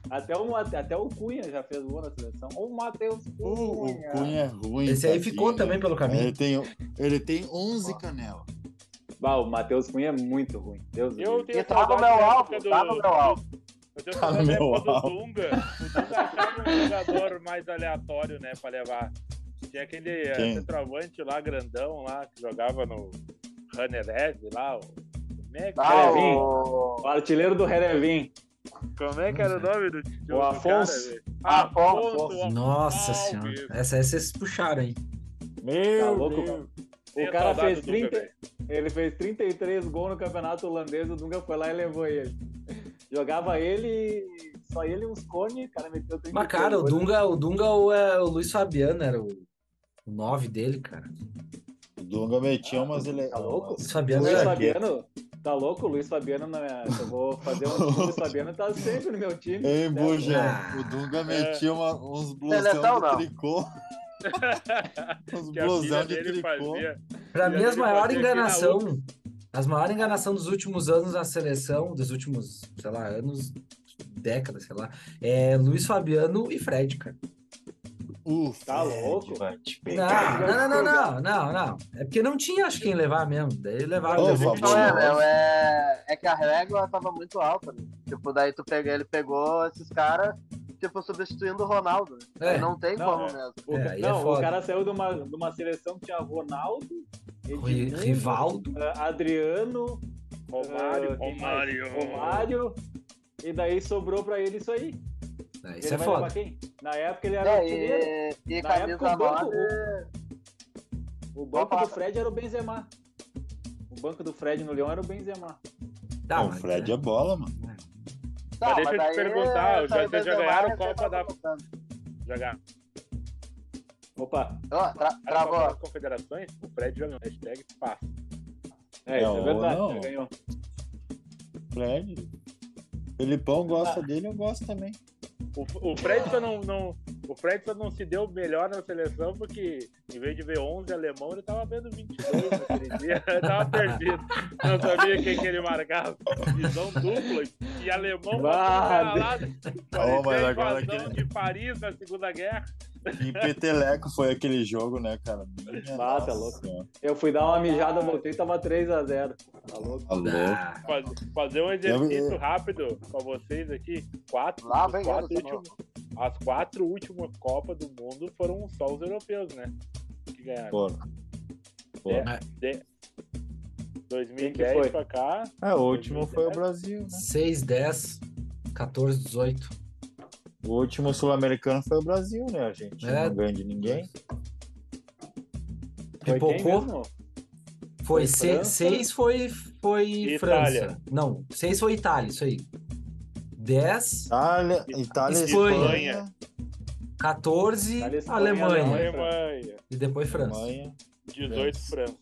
Speaker 6: Até o, Mate- até o Cunha já fez um gol na seleção. Ou o Matheus
Speaker 5: O,
Speaker 6: Cunha.
Speaker 5: Cunha é ruim.
Speaker 7: Esse aí
Speaker 5: tadinho,
Speaker 7: ficou
Speaker 5: né?
Speaker 7: também pelo
Speaker 5: Ele
Speaker 6: É,
Speaker 7: caminho.
Speaker 5: tem, ele tem 11 canelas.
Speaker 6: Bah, o Matheus Cunha é muito ruim. Deus do
Speaker 4: Eu
Speaker 6: céu.
Speaker 4: tenho
Speaker 3: E tá no
Speaker 4: saudade
Speaker 3: meu
Speaker 4: da
Speaker 3: alvo,
Speaker 4: época um do-
Speaker 3: tá no meu alvo.
Speaker 4: Eu tenho
Speaker 5: Tá
Speaker 4: saudade da
Speaker 5: no meu
Speaker 4: época do
Speaker 5: alvo.
Speaker 4: Dunga. O Dunga achava um jogador mais aleatório, né, pra levar. Tinha aquele eh,
Speaker 5: Quem?
Speaker 4: centroavante lá, grandão lá, que jogava no Runner Ed lá. o- Como é que,
Speaker 3: Ah,
Speaker 4: era,
Speaker 6: Kelevin.
Speaker 3: o...
Speaker 6: O artilheiro do Herevin.
Speaker 4: como é que era o nome do do-
Speaker 6: O
Speaker 4: do
Speaker 6: Afonso.
Speaker 4: velho?
Speaker 3: Ah, Afonso.
Speaker 4: Afonso.
Speaker 7: Nossa
Speaker 4: Alves.
Speaker 7: senhora. Essa aí vocês puxaram, hein?
Speaker 5: Meu
Speaker 6: Tá louco,
Speaker 5: Deus.
Speaker 6: O
Speaker 4: Tenho
Speaker 6: cara
Speaker 4: saudade
Speaker 6: fez
Speaker 4: do Dunga,
Speaker 6: 30,
Speaker 4: velho.
Speaker 6: Ele fez 33 gols no campeonato holandês, o Dunga foi lá e levou ele. Jogava ele, só ele e uns cone, o cara meteu 33
Speaker 7: Mas, cara, o
Speaker 6: gols.
Speaker 7: Dunga, o Dunga o, é, o Luiz Fabiano era o 9 dele, cara.
Speaker 5: O Dunga metia umas ele.
Speaker 6: tá louco?
Speaker 7: Luiz
Speaker 6: O
Speaker 7: Fabiano
Speaker 5: Dunga
Speaker 6: Luiz
Speaker 5: Puxa,
Speaker 7: era.
Speaker 6: Fabiano, tá louco? O Luiz Fabiano, não é- eu vou fazer um time, o Luiz Fabiano tá sempre no meu time.
Speaker 5: Ei, Bugé,
Speaker 7: Ah.
Speaker 5: o Dunga metia uma-
Speaker 6: É.
Speaker 5: uns
Speaker 3: Seleção,
Speaker 5: blusão de
Speaker 3: não.
Speaker 5: tricô. uns
Speaker 4: Que a
Speaker 5: blusão
Speaker 4: filha
Speaker 5: de
Speaker 4: dele
Speaker 5: tricô.
Speaker 4: fazia.
Speaker 7: Pra
Speaker 4: E
Speaker 7: mim, as
Speaker 4: ele
Speaker 7: maior
Speaker 4: fazia aqui na
Speaker 7: enganação, as maior enganação dos últimos anos na seleção, dos últimos, sei lá, anos, décadas, sei lá, é Luiz Fabiano e Fred, cara.
Speaker 5: O
Speaker 7: É,
Speaker 6: Tá
Speaker 5: Fred
Speaker 6: louco?
Speaker 7: tipo,
Speaker 5: vai te pegar.
Speaker 7: Não, não, não, não, não, não, não. É porque não tinha, acho, quem levar mesmo. Daí levaram.
Speaker 5: Ô,
Speaker 7: Daí-
Speaker 5: Fabão.
Speaker 3: Não é, meu, é... é que a régua tava muito alta, né? Tipo, daí tu pega, ele pegou esses caras, tipo, substituindo o Ronaldo. né?
Speaker 7: É.
Speaker 3: Aí Não tem
Speaker 6: Não,
Speaker 3: como
Speaker 6: é.
Speaker 3: mesmo.
Speaker 6: O-
Speaker 7: É, aí é
Speaker 6: não, o
Speaker 7: foda.
Speaker 6: cara saiu de uma, de uma seleção que tinha Ronaldo, Edmundo,
Speaker 7: Rivaldo.
Speaker 6: eh, Adriano,
Speaker 4: Romário,
Speaker 3: Ah,
Speaker 6: eh, quem
Speaker 4: Romário.
Speaker 6: mais? Romário, e daí sobrou pra ele isso aí.
Speaker 7: Daí
Speaker 6: ele
Speaker 7: Isso é
Speaker 6: vai
Speaker 7: foda.
Speaker 6: levar quem? Na época ele era
Speaker 3: É,
Speaker 6: artilheiro.
Speaker 3: e, e
Speaker 6: Na
Speaker 3: camisa
Speaker 6: época, o banco-
Speaker 3: 9.
Speaker 6: O banco
Speaker 3: Opa.
Speaker 6: do Fred era o Benzema. O banco do Fred no Leão era o Benzema.
Speaker 7: Tá,
Speaker 5: o
Speaker 7: mas-
Speaker 5: Fred é bola, mano.
Speaker 3: Tá,
Speaker 4: deixa eu te
Speaker 3: aí,
Speaker 4: perguntar,
Speaker 3: essa
Speaker 4: já-
Speaker 3: aí
Speaker 4: vocês já
Speaker 3: Benzema,
Speaker 4: ganharam a
Speaker 3: você
Speaker 4: Copa
Speaker 3: tava
Speaker 4: da-
Speaker 3: contando.
Speaker 4: Jogar.
Speaker 6: Opa,
Speaker 3: Ó, tra-
Speaker 4: Era Copa
Speaker 3: Travou.
Speaker 4: das Confederações, o Fred joga no hashtag passa.
Speaker 6: é,
Speaker 5: É,
Speaker 6: isso é
Speaker 5: ou
Speaker 6: verdade,
Speaker 5: não.
Speaker 6: já ganhou.
Speaker 5: Fred. Felipão gosta dele, eu gosto também.
Speaker 4: O, o Fred só não, não- o Fred só não se deu melhor na seleção porque, em vez de ver 11 alemão, ele tava vendo 22 naquele dia. Ele tava perdido. Não sabia quem que ele marcava. Visão dupla e alemão.
Speaker 6: Bah,
Speaker 4: lá.
Speaker 5: Não, mas
Speaker 4: Parecia a
Speaker 5: agora
Speaker 4: invasão
Speaker 5: que-
Speaker 4: de Paris na Segunda Guerra.
Speaker 5: E peteleco foi aquele jogo, né, cara? Minha
Speaker 6: Ah, tá
Speaker 5: nossa
Speaker 6: louco.
Speaker 5: senhora.
Speaker 6: Eu fui dar uma mijada, voltei e tava 3x0. Tá louco?
Speaker 5: Tá louco.
Speaker 7: Ah,
Speaker 4: Faz- Fazer um
Speaker 5: Eu-
Speaker 4: exercício
Speaker 5: eu-
Speaker 4: rápido pra vocês aqui. Quatro,
Speaker 3: Lá
Speaker 4: os
Speaker 3: vem
Speaker 4: quatro
Speaker 3: ele, tá
Speaker 4: últimos- as quatro últimas Copas do Mundo foram só os europeus, né? Que ganharam.
Speaker 5: Porra. Porra.
Speaker 6: Quem que foi?
Speaker 4: 2010 pra cá.
Speaker 5: É, o último foi o Brasil, né?
Speaker 7: 6, 10, 14, 18.
Speaker 5: O último sul-americano foi o Brasil, né? A gente
Speaker 7: É.
Speaker 5: não ganha de ninguém.
Speaker 6: Foi quem
Speaker 7: Pipocou?
Speaker 6: mesmo?
Speaker 7: Foi
Speaker 6: Foi França?
Speaker 7: 6 foi, foi
Speaker 4: E
Speaker 7: França.
Speaker 4: Itália.
Speaker 7: Não, 6 foi Itália, isso aí. 10,
Speaker 5: Itália, Itália e
Speaker 7: Espanha.
Speaker 5: Espanha.
Speaker 7: 14,
Speaker 6: Itália, Espanha,
Speaker 7: Alemanha.
Speaker 6: Alemanha.
Speaker 4: Alemanha.
Speaker 7: E depois França.
Speaker 5: Alemanha.
Speaker 4: 18 França.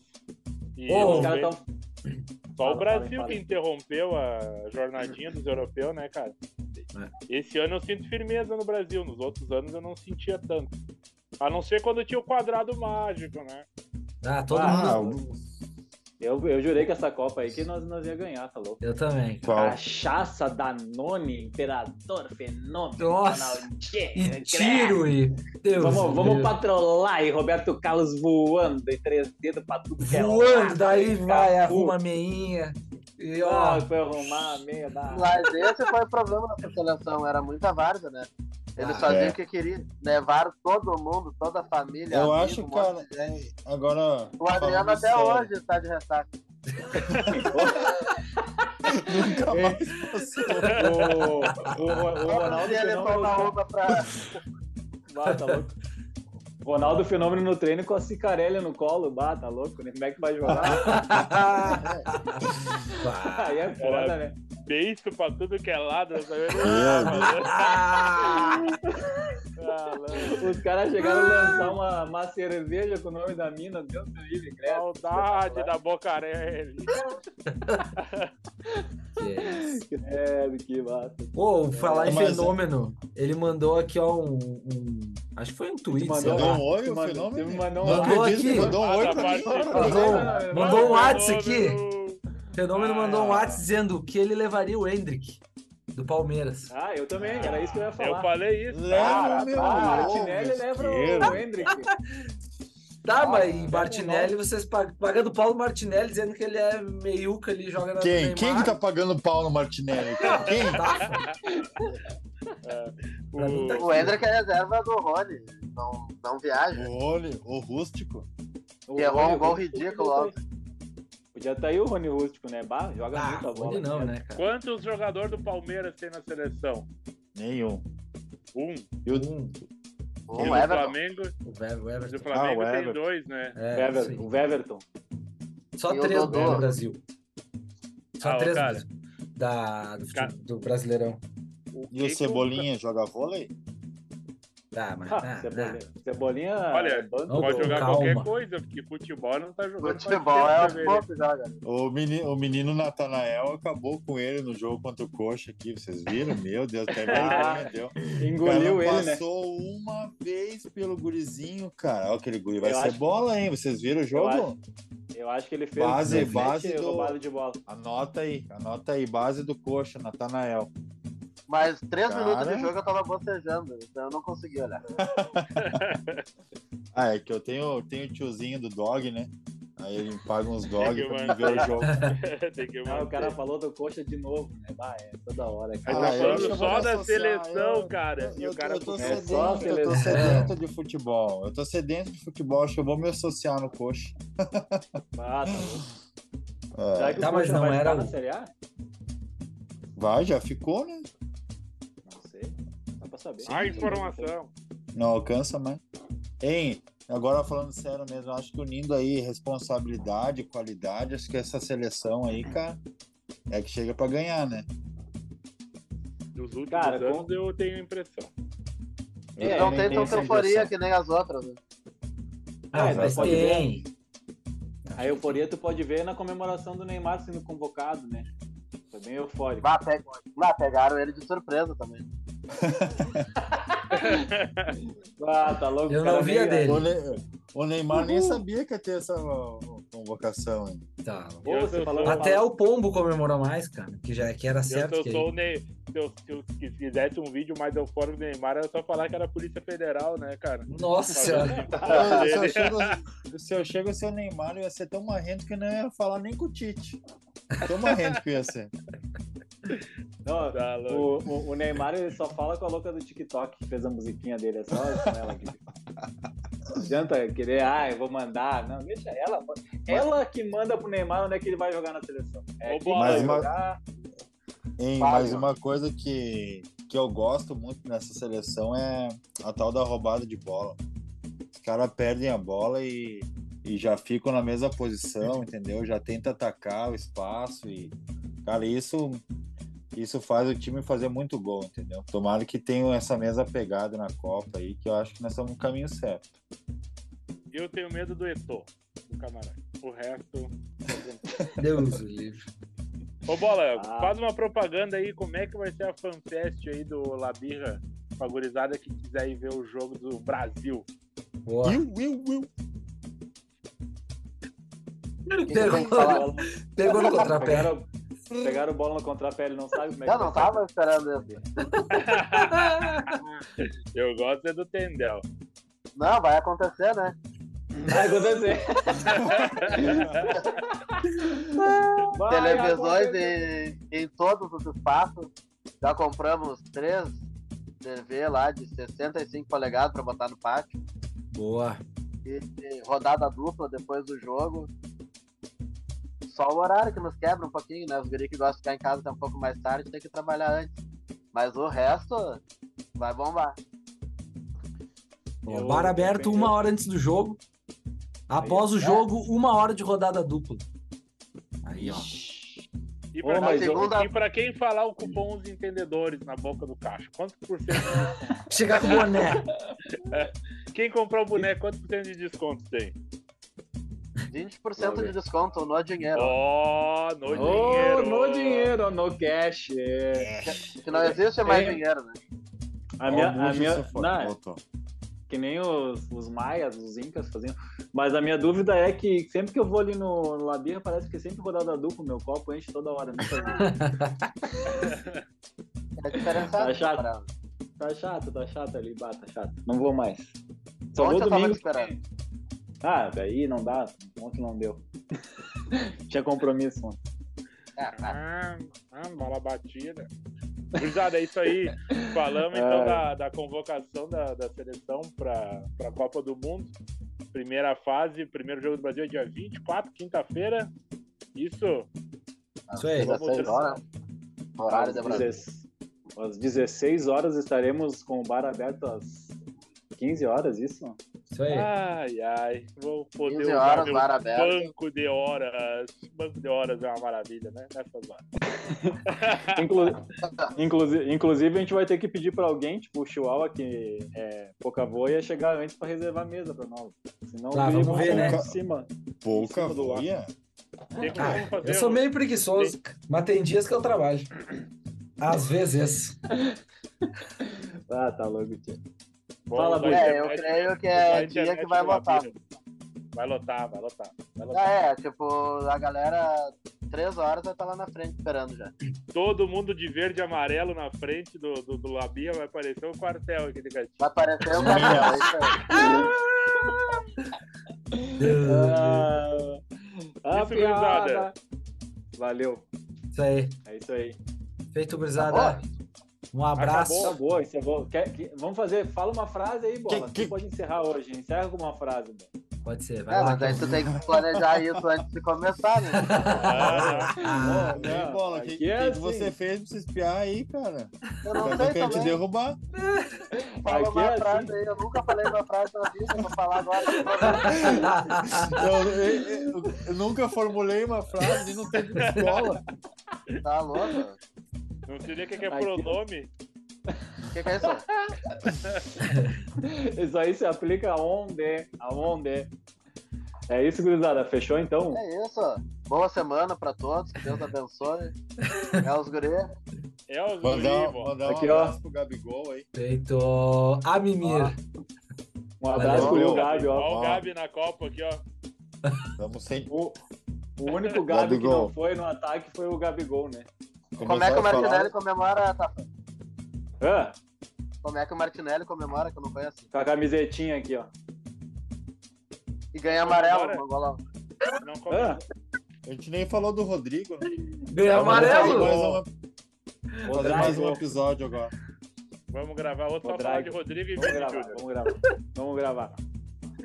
Speaker 4: E
Speaker 7: Ô,
Speaker 6: Os caras
Speaker 4: eu-
Speaker 6: tão-
Speaker 4: Só
Speaker 6: Fala,
Speaker 4: o Brasil
Speaker 6: fala,
Speaker 4: que
Speaker 6: fala.
Speaker 4: interrompeu a jornadinha dos europeus, né, cara?
Speaker 6: É.
Speaker 4: Esse ano eu sinto firmeza no Brasil, nos outros anos eu não sentia tanto. A não ser quando tinha o quadrado mágico, né?
Speaker 7: Ah, todo
Speaker 5: Ah,
Speaker 7: mundo.
Speaker 6: eu, eu jurei que essa Copa aí que nós, nós ia ganhar, tá louco?
Speaker 7: Eu também.
Speaker 5: qual?
Speaker 6: Cachaça, Danone, Imperador, Fenômeno,
Speaker 7: Nossa.
Speaker 6: Ronaldinho, é
Speaker 7: E
Speaker 6: Crack.
Speaker 7: tiro e. Deus
Speaker 6: Vamos,
Speaker 7: do
Speaker 6: vamos
Speaker 7: Deus.
Speaker 6: patrolar e Roberto Carlos voando em três dedos pra tudo que é
Speaker 7: Voando,
Speaker 6: lado.
Speaker 7: daí vai,
Speaker 6: Capu.
Speaker 7: arruma a meinha. E ó,
Speaker 6: Ah, foi arrumar a meia da...
Speaker 3: Mas esse foi o problema dessa seleção, era muita várzea, né? Eles
Speaker 7: Ah,
Speaker 3: faziam
Speaker 5: é.
Speaker 3: o que queriam, levaram todo mundo, toda a família. amigo,
Speaker 5: Eu acho,
Speaker 3: um monte
Speaker 5: cara.
Speaker 3: de gente.
Speaker 5: é, Agora.
Speaker 3: O Adriano
Speaker 5: falando
Speaker 3: até
Speaker 5: sério,
Speaker 3: hoje está de ressaca.
Speaker 5: Nunca mais passou.
Speaker 6: O, o, é o
Speaker 3: Só pra
Speaker 6: Ronaldo
Speaker 3: ver ele
Speaker 6: Fenômeno...
Speaker 3: tomar uma pra-
Speaker 6: Bah, tá louco. Ronaldo Fenômeno no treino com a Cicarelli no colo. Bah, tá louco, né? Como é que vai jogar? Aí é foda, né?
Speaker 4: Beijo pra tudo que é lado. eu também não
Speaker 7: É,
Speaker 5: Meu
Speaker 7: Ah,
Speaker 4: tava falando.
Speaker 6: Os caras chegaram a lançar uma, uma cerveja com o nome da mina. Deus do livre, credo.
Speaker 4: Saudade da Bocarelli.
Speaker 7: que é isso.
Speaker 6: Credo, que massa.
Speaker 7: Ô, falar em
Speaker 5: Mas-
Speaker 7: fenômeno, ele mandou aqui, ó, um. um- acho que foi um tweet.
Speaker 6: mandou
Speaker 7: sei
Speaker 5: Você deu
Speaker 7: lá.
Speaker 5: um oi,
Speaker 6: Tu
Speaker 5: o
Speaker 6: mandou-
Speaker 5: fenômeno?
Speaker 6: tu me mandou um
Speaker 5: Não
Speaker 7: Mandou
Speaker 5: acredito,
Speaker 7: aqui.
Speaker 5: ele mandou um oi pra mim.
Speaker 7: Mandou-
Speaker 6: Não,
Speaker 7: mandou um
Speaker 6: não,
Speaker 7: WhatsApp aqui.
Speaker 4: Fenômeno.
Speaker 7: Fenômeno
Speaker 4: Ah.
Speaker 7: mandou um WhatsApp dizendo que ele levaria o Hendrick do Palmeiras.
Speaker 6: Ah, eu também, era isso que eu ia
Speaker 4: Eu
Speaker 6: falar.
Speaker 4: falei isso.
Speaker 5: Leva o Ah, meu
Speaker 6: O
Speaker 5: louco,
Speaker 6: Martinelli leva
Speaker 5: isqueiro.
Speaker 6: o Hendrick.
Speaker 7: Tá, mas em Martinelli, vocês pag- pagando Paulo Martinelli dizendo que ele é meiuca, ele joga na
Speaker 5: Quem?
Speaker 7: Neymar.
Speaker 5: Quem que tá pagando pau no Martinelli? cara? Quem?
Speaker 7: Tá, Pra mim tá
Speaker 4: O-
Speaker 3: O Hendrick é reserva do Rony. Não, não viaja.
Speaker 5: O Oli, o rústico.
Speaker 6: O
Speaker 3: errou um
Speaker 6: Rony
Speaker 3: gol
Speaker 6: Rústico
Speaker 3: ridículo,
Speaker 6: podia
Speaker 3: ó.
Speaker 6: tá aí. Podia estar aí o Rony Rústico, né? Bah, joga
Speaker 7: ah,
Speaker 6: muito a bola.
Speaker 7: onde não, né, cara?
Speaker 4: Quantos jogadores do Palmeiras tem na seleção?
Speaker 5: Nenhum.
Speaker 4: Um.
Speaker 5: E o,
Speaker 7: Um,
Speaker 4: E
Speaker 3: O
Speaker 4: do
Speaker 3: Everton.
Speaker 4: Flamengo,
Speaker 7: o Ver- o
Speaker 4: do
Speaker 7: Everton.
Speaker 4: Flamengo
Speaker 5: Ah, o
Speaker 4: tem
Speaker 5: Everton.
Speaker 4: dois, né?
Speaker 7: É,
Speaker 6: Wever-
Speaker 7: isso aí.
Speaker 6: o Weverton.
Speaker 7: Só
Speaker 3: E o
Speaker 7: três do
Speaker 3: Dodô?
Speaker 7: Brasil. Só
Speaker 4: Ah,
Speaker 7: três
Speaker 4: cara.
Speaker 7: mesmo. Da, do,
Speaker 4: Cara.
Speaker 7: do Brasileirão.
Speaker 5: e o Cebolinha joga vôlei?
Speaker 7: Tá, mas.
Speaker 6: Ah,
Speaker 7: tá,
Speaker 6: Cebolinha.
Speaker 7: tá.
Speaker 6: Cebolinha.
Speaker 4: Olha,
Speaker 6: é bando
Speaker 7: Ô,
Speaker 4: Pode
Speaker 6: do-
Speaker 4: jogar
Speaker 7: calma.
Speaker 4: qualquer coisa, porque futebol não tá jogando. faz
Speaker 3: Futebol é
Speaker 4: tempo,
Speaker 3: os
Speaker 4: né,
Speaker 3: poucos joga.
Speaker 5: O menino, o menino Natanael acabou com ele no jogo contra o Coxa aqui, vocês viram? Meu Deus, até vergonha deu. O cara
Speaker 6: Engoliu ele, né?
Speaker 5: passou uma vez pelo gurizinho, cara. Olha aquele guri vai
Speaker 6: Eu
Speaker 5: ser
Speaker 6: acho-
Speaker 5: bola, hein? Vocês viram o jogo?
Speaker 6: Eu acho que ele fez
Speaker 5: Base-
Speaker 6: 17
Speaker 5: base do-
Speaker 6: roubada de bola.
Speaker 5: Anota aí, anota aí. Base do Coxa, Natanael.
Speaker 3: Mas três
Speaker 5: Cara.
Speaker 3: minutos de jogo eu tava bocejando, então eu não consegui olhar.
Speaker 5: Ah, é que eu tenho, eu tenho o tiozinho do dog, né? Aí ele me paga uns dog
Speaker 4: que
Speaker 5: pra mim
Speaker 4: mandar.
Speaker 5: ver o jogo.
Speaker 4: Tem que
Speaker 6: Ah, o
Speaker 4: manter.
Speaker 7: É.
Speaker 6: cara falou do coxa de novo, né? Bah, é toda hora.
Speaker 4: Mas
Speaker 5: Ah,
Speaker 6: Cara.
Speaker 4: tá
Speaker 5: eu acho que
Speaker 4: falando
Speaker 5: eu vou
Speaker 4: só da
Speaker 5: associar,
Speaker 4: seleção,
Speaker 5: eu-
Speaker 4: cara. E
Speaker 5: Eu,
Speaker 4: o cara
Speaker 5: eu tô
Speaker 6: É
Speaker 5: sedento,
Speaker 6: só a
Speaker 5: eu tô
Speaker 6: seleção.
Speaker 5: sedento de futebol. Eu tô sedento de futebol, acho que eu vou me associar no coxa.
Speaker 6: Ah, tá louco. Será
Speaker 5: É,
Speaker 6: que o
Speaker 7: Tá, mas
Speaker 6: Coxa
Speaker 7: não
Speaker 6: vai
Speaker 7: era
Speaker 6: ficar
Speaker 7: o-
Speaker 6: na Série A?
Speaker 5: vai, já ficou, né?
Speaker 6: Não sei. Dá pra saber.
Speaker 4: A informação.
Speaker 5: Não alcança mais. Hein, agora falando sério mesmo, acho que unindo aí responsabilidade, qualidade, acho que essa seleção aí, cara, é que chega pra ganhar, né?
Speaker 4: Dos últimos
Speaker 6: Cara,
Speaker 4: anos eu tenho a impressão.
Speaker 6: É,
Speaker 3: não
Speaker 7: Então
Speaker 5: nem
Speaker 3: tem
Speaker 5: tenho
Speaker 3: tanta
Speaker 5: essa
Speaker 3: euforia
Speaker 5: impressão.
Speaker 3: que nem as outras. né?
Speaker 7: Ah,
Speaker 6: É,
Speaker 7: mas
Speaker 6: pode
Speaker 7: tem.
Speaker 6: A euforia tu pode ver na comemoração do Neymar sendo convocado, né? Foi bem eufórico.
Speaker 3: Lá, pe- lá, pegaram ele de surpresa também.
Speaker 6: Ah, tá louco.
Speaker 7: Eu
Speaker 6: o cara
Speaker 7: não via
Speaker 6: veio-
Speaker 7: dele.
Speaker 5: O, Ne- o Neymar nem sabia que ia ter essa convocação. hein?
Speaker 7: Tá.
Speaker 6: Pô,
Speaker 4: Eu-
Speaker 6: você
Speaker 4: eu
Speaker 6: falou
Speaker 4: sou-
Speaker 6: mal.
Speaker 7: Até o Pombo comemorou mais, cara, que já que era
Speaker 4: Eu, se
Speaker 7: certo.
Speaker 4: eu
Speaker 7: que-
Speaker 4: sou o Ney- se eu- se eu- se fizesse um vídeo mais eufórico do Neymar, era só falar que era a Polícia Federal, né, cara?
Speaker 7: Nossa senhora.
Speaker 5: Ah, se, eu
Speaker 4: Ele-
Speaker 5: chego, se eu chego a ser o Neymar, eu ia ser tão marrento que eu não ia falar nem com o Tite. Tão marrento que eu ia ser.
Speaker 6: Não,
Speaker 4: Tá louco.
Speaker 6: o, o- o Neymar ele só fala com a louca do TikTok que fez a musiquinha dele, é só com ela que. Não adianta querer, ah, eu vou mandar. Não, deixa ela. Ela que manda pro Neymar onde é que ele vai jogar na seleção. É
Speaker 4: Ô,
Speaker 6: quem
Speaker 4: bola,
Speaker 6: vai
Speaker 5: mas uma-
Speaker 6: jogar.
Speaker 5: Hein,
Speaker 3: Fala.
Speaker 5: mas uma coisa que, que eu gosto muito nessa seleção é a tal da roubada de bola. Os caras perdem a bola e, e já ficam na mesma posição, entendeu? Já tenta atacar o espaço e, cara, isso isso faz o time fazer muito gol, entendeu? Tomara que tenham essa mesma pegada na Copa aí, que eu acho que nós estamos no caminho certo.
Speaker 4: Eu tenho medo do Eto, do camarada. O resto.
Speaker 7: Deus o livre.
Speaker 4: Ô, Bola,
Speaker 6: Ah.
Speaker 4: faz uma propaganda aí, como é que vai ser a fanfest aí do Labirra, pra gurizada que quiser ir ver o jogo do Brasil.
Speaker 7: Boa.
Speaker 3: que que tem que
Speaker 7: Pegou,
Speaker 3: falar? né?
Speaker 5: tá
Speaker 7: pegou no contrapé.
Speaker 6: Pegaram, pegaram bola no contrapé, ele não sabe como é que
Speaker 3: Eu não tá.
Speaker 6: vai ser.
Speaker 3: tava esperando isso.
Speaker 4: Eu gosto é do Tendel.
Speaker 3: Não, vai acontecer, né?
Speaker 6: Vai acontecer. Vai
Speaker 3: Televisões
Speaker 6: acontecer.
Speaker 3: em, em todos os espaços. Já compramos três TV lá de 65 polegadas pra botar no pátio.
Speaker 7: Boa.
Speaker 3: E, e rodada dupla depois do jogo. Só o horário que nos quebra um pouquinho, né? Os guri que gostam de ficar em casa até um pouco mais tarde tem que trabalhar antes. Mas o resto vai bombar.
Speaker 7: Boa.
Speaker 6: Eu-
Speaker 7: Bar
Speaker 6: eu
Speaker 7: aberto
Speaker 6: penso-
Speaker 7: uma hora antes do jogo. Após o
Speaker 6: Aí, é.
Speaker 7: jogo, uma hora de rodada dupla. Aí, ó.
Speaker 4: E
Speaker 6: Ô,
Speaker 4: pra,
Speaker 6: mas
Speaker 4: quem,
Speaker 3: eu-
Speaker 4: e pra quem falar o cupom os entendedores na boca do caixa, quanto por cento?
Speaker 7: Chegar com o boné.
Speaker 4: Quem comprar o boneco, quanto por cento de desconto tem?
Speaker 3: 20% de desconto no dinheiro.
Speaker 4: Ó, no
Speaker 6: Oh,
Speaker 4: dinheiro.
Speaker 6: no dinheiro, no cash. é.
Speaker 3: Que não existe mais
Speaker 6: É.
Speaker 3: dinheiro, né?
Speaker 6: A minha,
Speaker 5: Ó, o Bush
Speaker 6: a minha,
Speaker 5: isso foi-
Speaker 6: não, é
Speaker 5: voltou.
Speaker 6: que nem os, os maias, os incas faziam. Mas a minha dúvida é que sempre que eu vou ali no Labirra, parece que sempre rodada dupla, meu copo enche toda hora. né? nunca vi.
Speaker 3: É diferenciado.
Speaker 6: Tá chato.
Speaker 3: cara.
Speaker 6: Tá chato, tá chato ali, bah, tá chato. Não vou mais. Só
Speaker 3: Ontem
Speaker 6: vou
Speaker 3: eu tava
Speaker 6: domingo.
Speaker 3: te esperando.
Speaker 6: Ah, daí não dá, ontem não deu. Tinha compromisso. Mano.
Speaker 3: É, tá.
Speaker 4: Ah, ah, bola batida. Gurizada, é isso aí. Falamos então
Speaker 6: É.
Speaker 4: da, da convocação da, da seleção para a Copa do Mundo. Primeira fase, primeiro jogo do Brasil é dia 24, quinta-feira. Isso,
Speaker 7: Isso aí.
Speaker 3: 16 horas. é né? Horário da
Speaker 6: Às
Speaker 3: é Brasil.
Speaker 6: deze- Às 16 horas estaremos com o bar aberto às 15 horas, isso?
Speaker 7: É Isso aí.
Speaker 4: Ah, ai, ai. Vou poder
Speaker 3: 15
Speaker 4: usar
Speaker 3: horas, né?
Speaker 4: meu
Speaker 3: bar aberto.
Speaker 4: banco de horas. Banco de horas é uma maravilha, né? Nessas horas.
Speaker 6: Inclu- inclusive, inclusive, a gente vai ter que pedir pra alguém, tipo o Chihuahua, que é pouca voia, chegar antes pra reservar a mesa pra nós. Senão
Speaker 7: Tá,
Speaker 6: o
Speaker 7: vamos
Speaker 6: Grêmio
Speaker 7: ver,
Speaker 6: fica
Speaker 7: né?
Speaker 6: em cima.
Speaker 5: Pouca
Speaker 6: do ar.
Speaker 5: voia?
Speaker 4: Tem como
Speaker 7: Ah,
Speaker 4: fazer
Speaker 7: eu sou
Speaker 4: um-
Speaker 7: meio preguiçoso, mas tem dias que eu trabalho. Às vezes.
Speaker 6: Ah, tá louco, tio.
Speaker 4: Bom, usar
Speaker 6: Fala,
Speaker 4: a
Speaker 6: Bruno.
Speaker 3: É, eu
Speaker 4: internet-
Speaker 3: creio que
Speaker 4: usar a
Speaker 3: é dia
Speaker 4: internet
Speaker 3: que vai
Speaker 4: do
Speaker 3: lotar.
Speaker 4: Labino. Vai lotar, vai lotar. Vai lotar.
Speaker 3: Ah, é, tipo, a galera, 3 horas vai estar lá na frente esperando já.
Speaker 4: todo mundo de verde e amarelo na frente do, do, do Labia vai parecer um quartel aqui de Caxias.
Speaker 3: Vai aparecer um cara. é isso aí.
Speaker 6: Ah, a
Speaker 4: Isso, gurizada.
Speaker 6: piada. Valeu.
Speaker 7: Isso aí.
Speaker 6: É isso aí.
Speaker 7: Feito, gurizada. Um abraço.
Speaker 4: Acabou.
Speaker 6: Tá bom, isso é bom. Quer- que- vamos fazer, fala uma frase aí, Bola.
Speaker 5: Que-
Speaker 6: Você pode encerrar hoje. Encerra com uma frase. Bola.
Speaker 7: Pode ser. Vai
Speaker 3: É,
Speaker 7: lá.
Speaker 3: mas aí tu tem que planejar isso antes de começar, né?
Speaker 4: Ah,
Speaker 5: Ah,
Speaker 7: tá.
Speaker 6: não,
Speaker 5: ei, bola, o
Speaker 6: aqui
Speaker 5: que,
Speaker 6: é
Speaker 5: que
Speaker 6: assim.
Speaker 5: você fez pra se espiar aí, cara?
Speaker 3: Eu
Speaker 5: Daqui
Speaker 3: não tá
Speaker 5: a pouco
Speaker 3: sei
Speaker 5: eu ia te
Speaker 3: também.
Speaker 5: derrubar.
Speaker 3: Fala
Speaker 6: Aqui
Speaker 3: uma
Speaker 6: é
Speaker 3: frase
Speaker 6: assim.
Speaker 3: aí, eu nunca falei uma frase na vida, eu vou falar agora.
Speaker 5: Eu, eu- eu- eu nunca formulei uma frase, nem no tempo de escola.
Speaker 3: Tá louco?
Speaker 4: não sei nem o que que é
Speaker 6: Aqui.
Speaker 4: pronome.
Speaker 3: O que, que é isso?
Speaker 6: Isso aí se aplica aonde? Aonde? É isso, gurizada. Fechou então?
Speaker 3: É isso. Boa semana pra todos, que Deus abençoe. É os guri.
Speaker 4: É o Zuri,
Speaker 5: Mandar,
Speaker 4: bom.
Speaker 5: mandar um
Speaker 6: Aqui, ó.
Speaker 5: abraço pro Gabigol aí.
Speaker 7: Feito. A mimir.
Speaker 6: Um abraço pro
Speaker 5: Valeu.
Speaker 6: Gabi, ó.
Speaker 4: Ó o
Speaker 5: Ó.
Speaker 4: Gabi na Copa aqui, ó.
Speaker 5: Estamos sem.
Speaker 6: O, o único Gabi que
Speaker 5: Gabigol.
Speaker 6: não foi no ataque foi o Gabigol, né?
Speaker 3: Como é que o
Speaker 5: Começar a falar-
Speaker 3: Martinelli comemora, tá?
Speaker 6: Ah,
Speaker 3: Como é que o Martinelli comemora, que eu não conheço?
Speaker 6: com a camisetinha aqui, ó.
Speaker 3: E ganha amarelo,
Speaker 4: Comemora?
Speaker 3: mongolão.
Speaker 4: Não
Speaker 6: Ah,
Speaker 4: comenta.
Speaker 5: A gente nem falou do Rodrigo. né?
Speaker 3: É
Speaker 1: Ganha
Speaker 6: Vamos
Speaker 1: amarelo.
Speaker 5: Fazer mais, uma-
Speaker 6: vou
Speaker 5: fazer mais um
Speaker 6: vou-
Speaker 5: episódio agora.
Speaker 4: Vamos gravar outro só
Speaker 6: Ô,
Speaker 4: falar
Speaker 6: Drag.
Speaker 4: de Rodrigo e
Speaker 6: Vamos
Speaker 4: Vini
Speaker 6: gravar,
Speaker 4: Júnior.
Speaker 6: vamos gravar. Vamos gravar.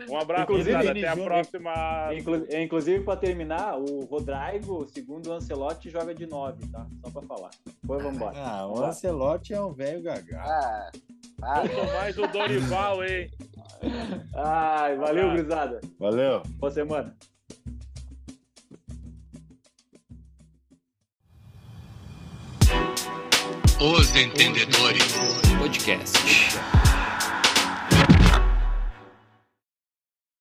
Speaker 4: Um abraço,
Speaker 6: Inclusive,
Speaker 4: Inclusive,
Speaker 5: Vini
Speaker 4: até a
Speaker 5: Júnior.
Speaker 4: próxima.
Speaker 6: Inclu- inclusive, pra terminar, o Rodrigo, segundo o Ancelotti, joga de 9, tá? Só pra falar. Depois vamos embora.
Speaker 5: Ah, o Ancelotti é um velho gagá.
Speaker 3: Ah, ah,
Speaker 4: Pouco mais o Dorival, hein?
Speaker 6: Ai, valeu,
Speaker 4: Abraço.
Speaker 6: gurizada.
Speaker 5: Valeu.
Speaker 6: Boa semana.
Speaker 2: Os Entendedores Podcast.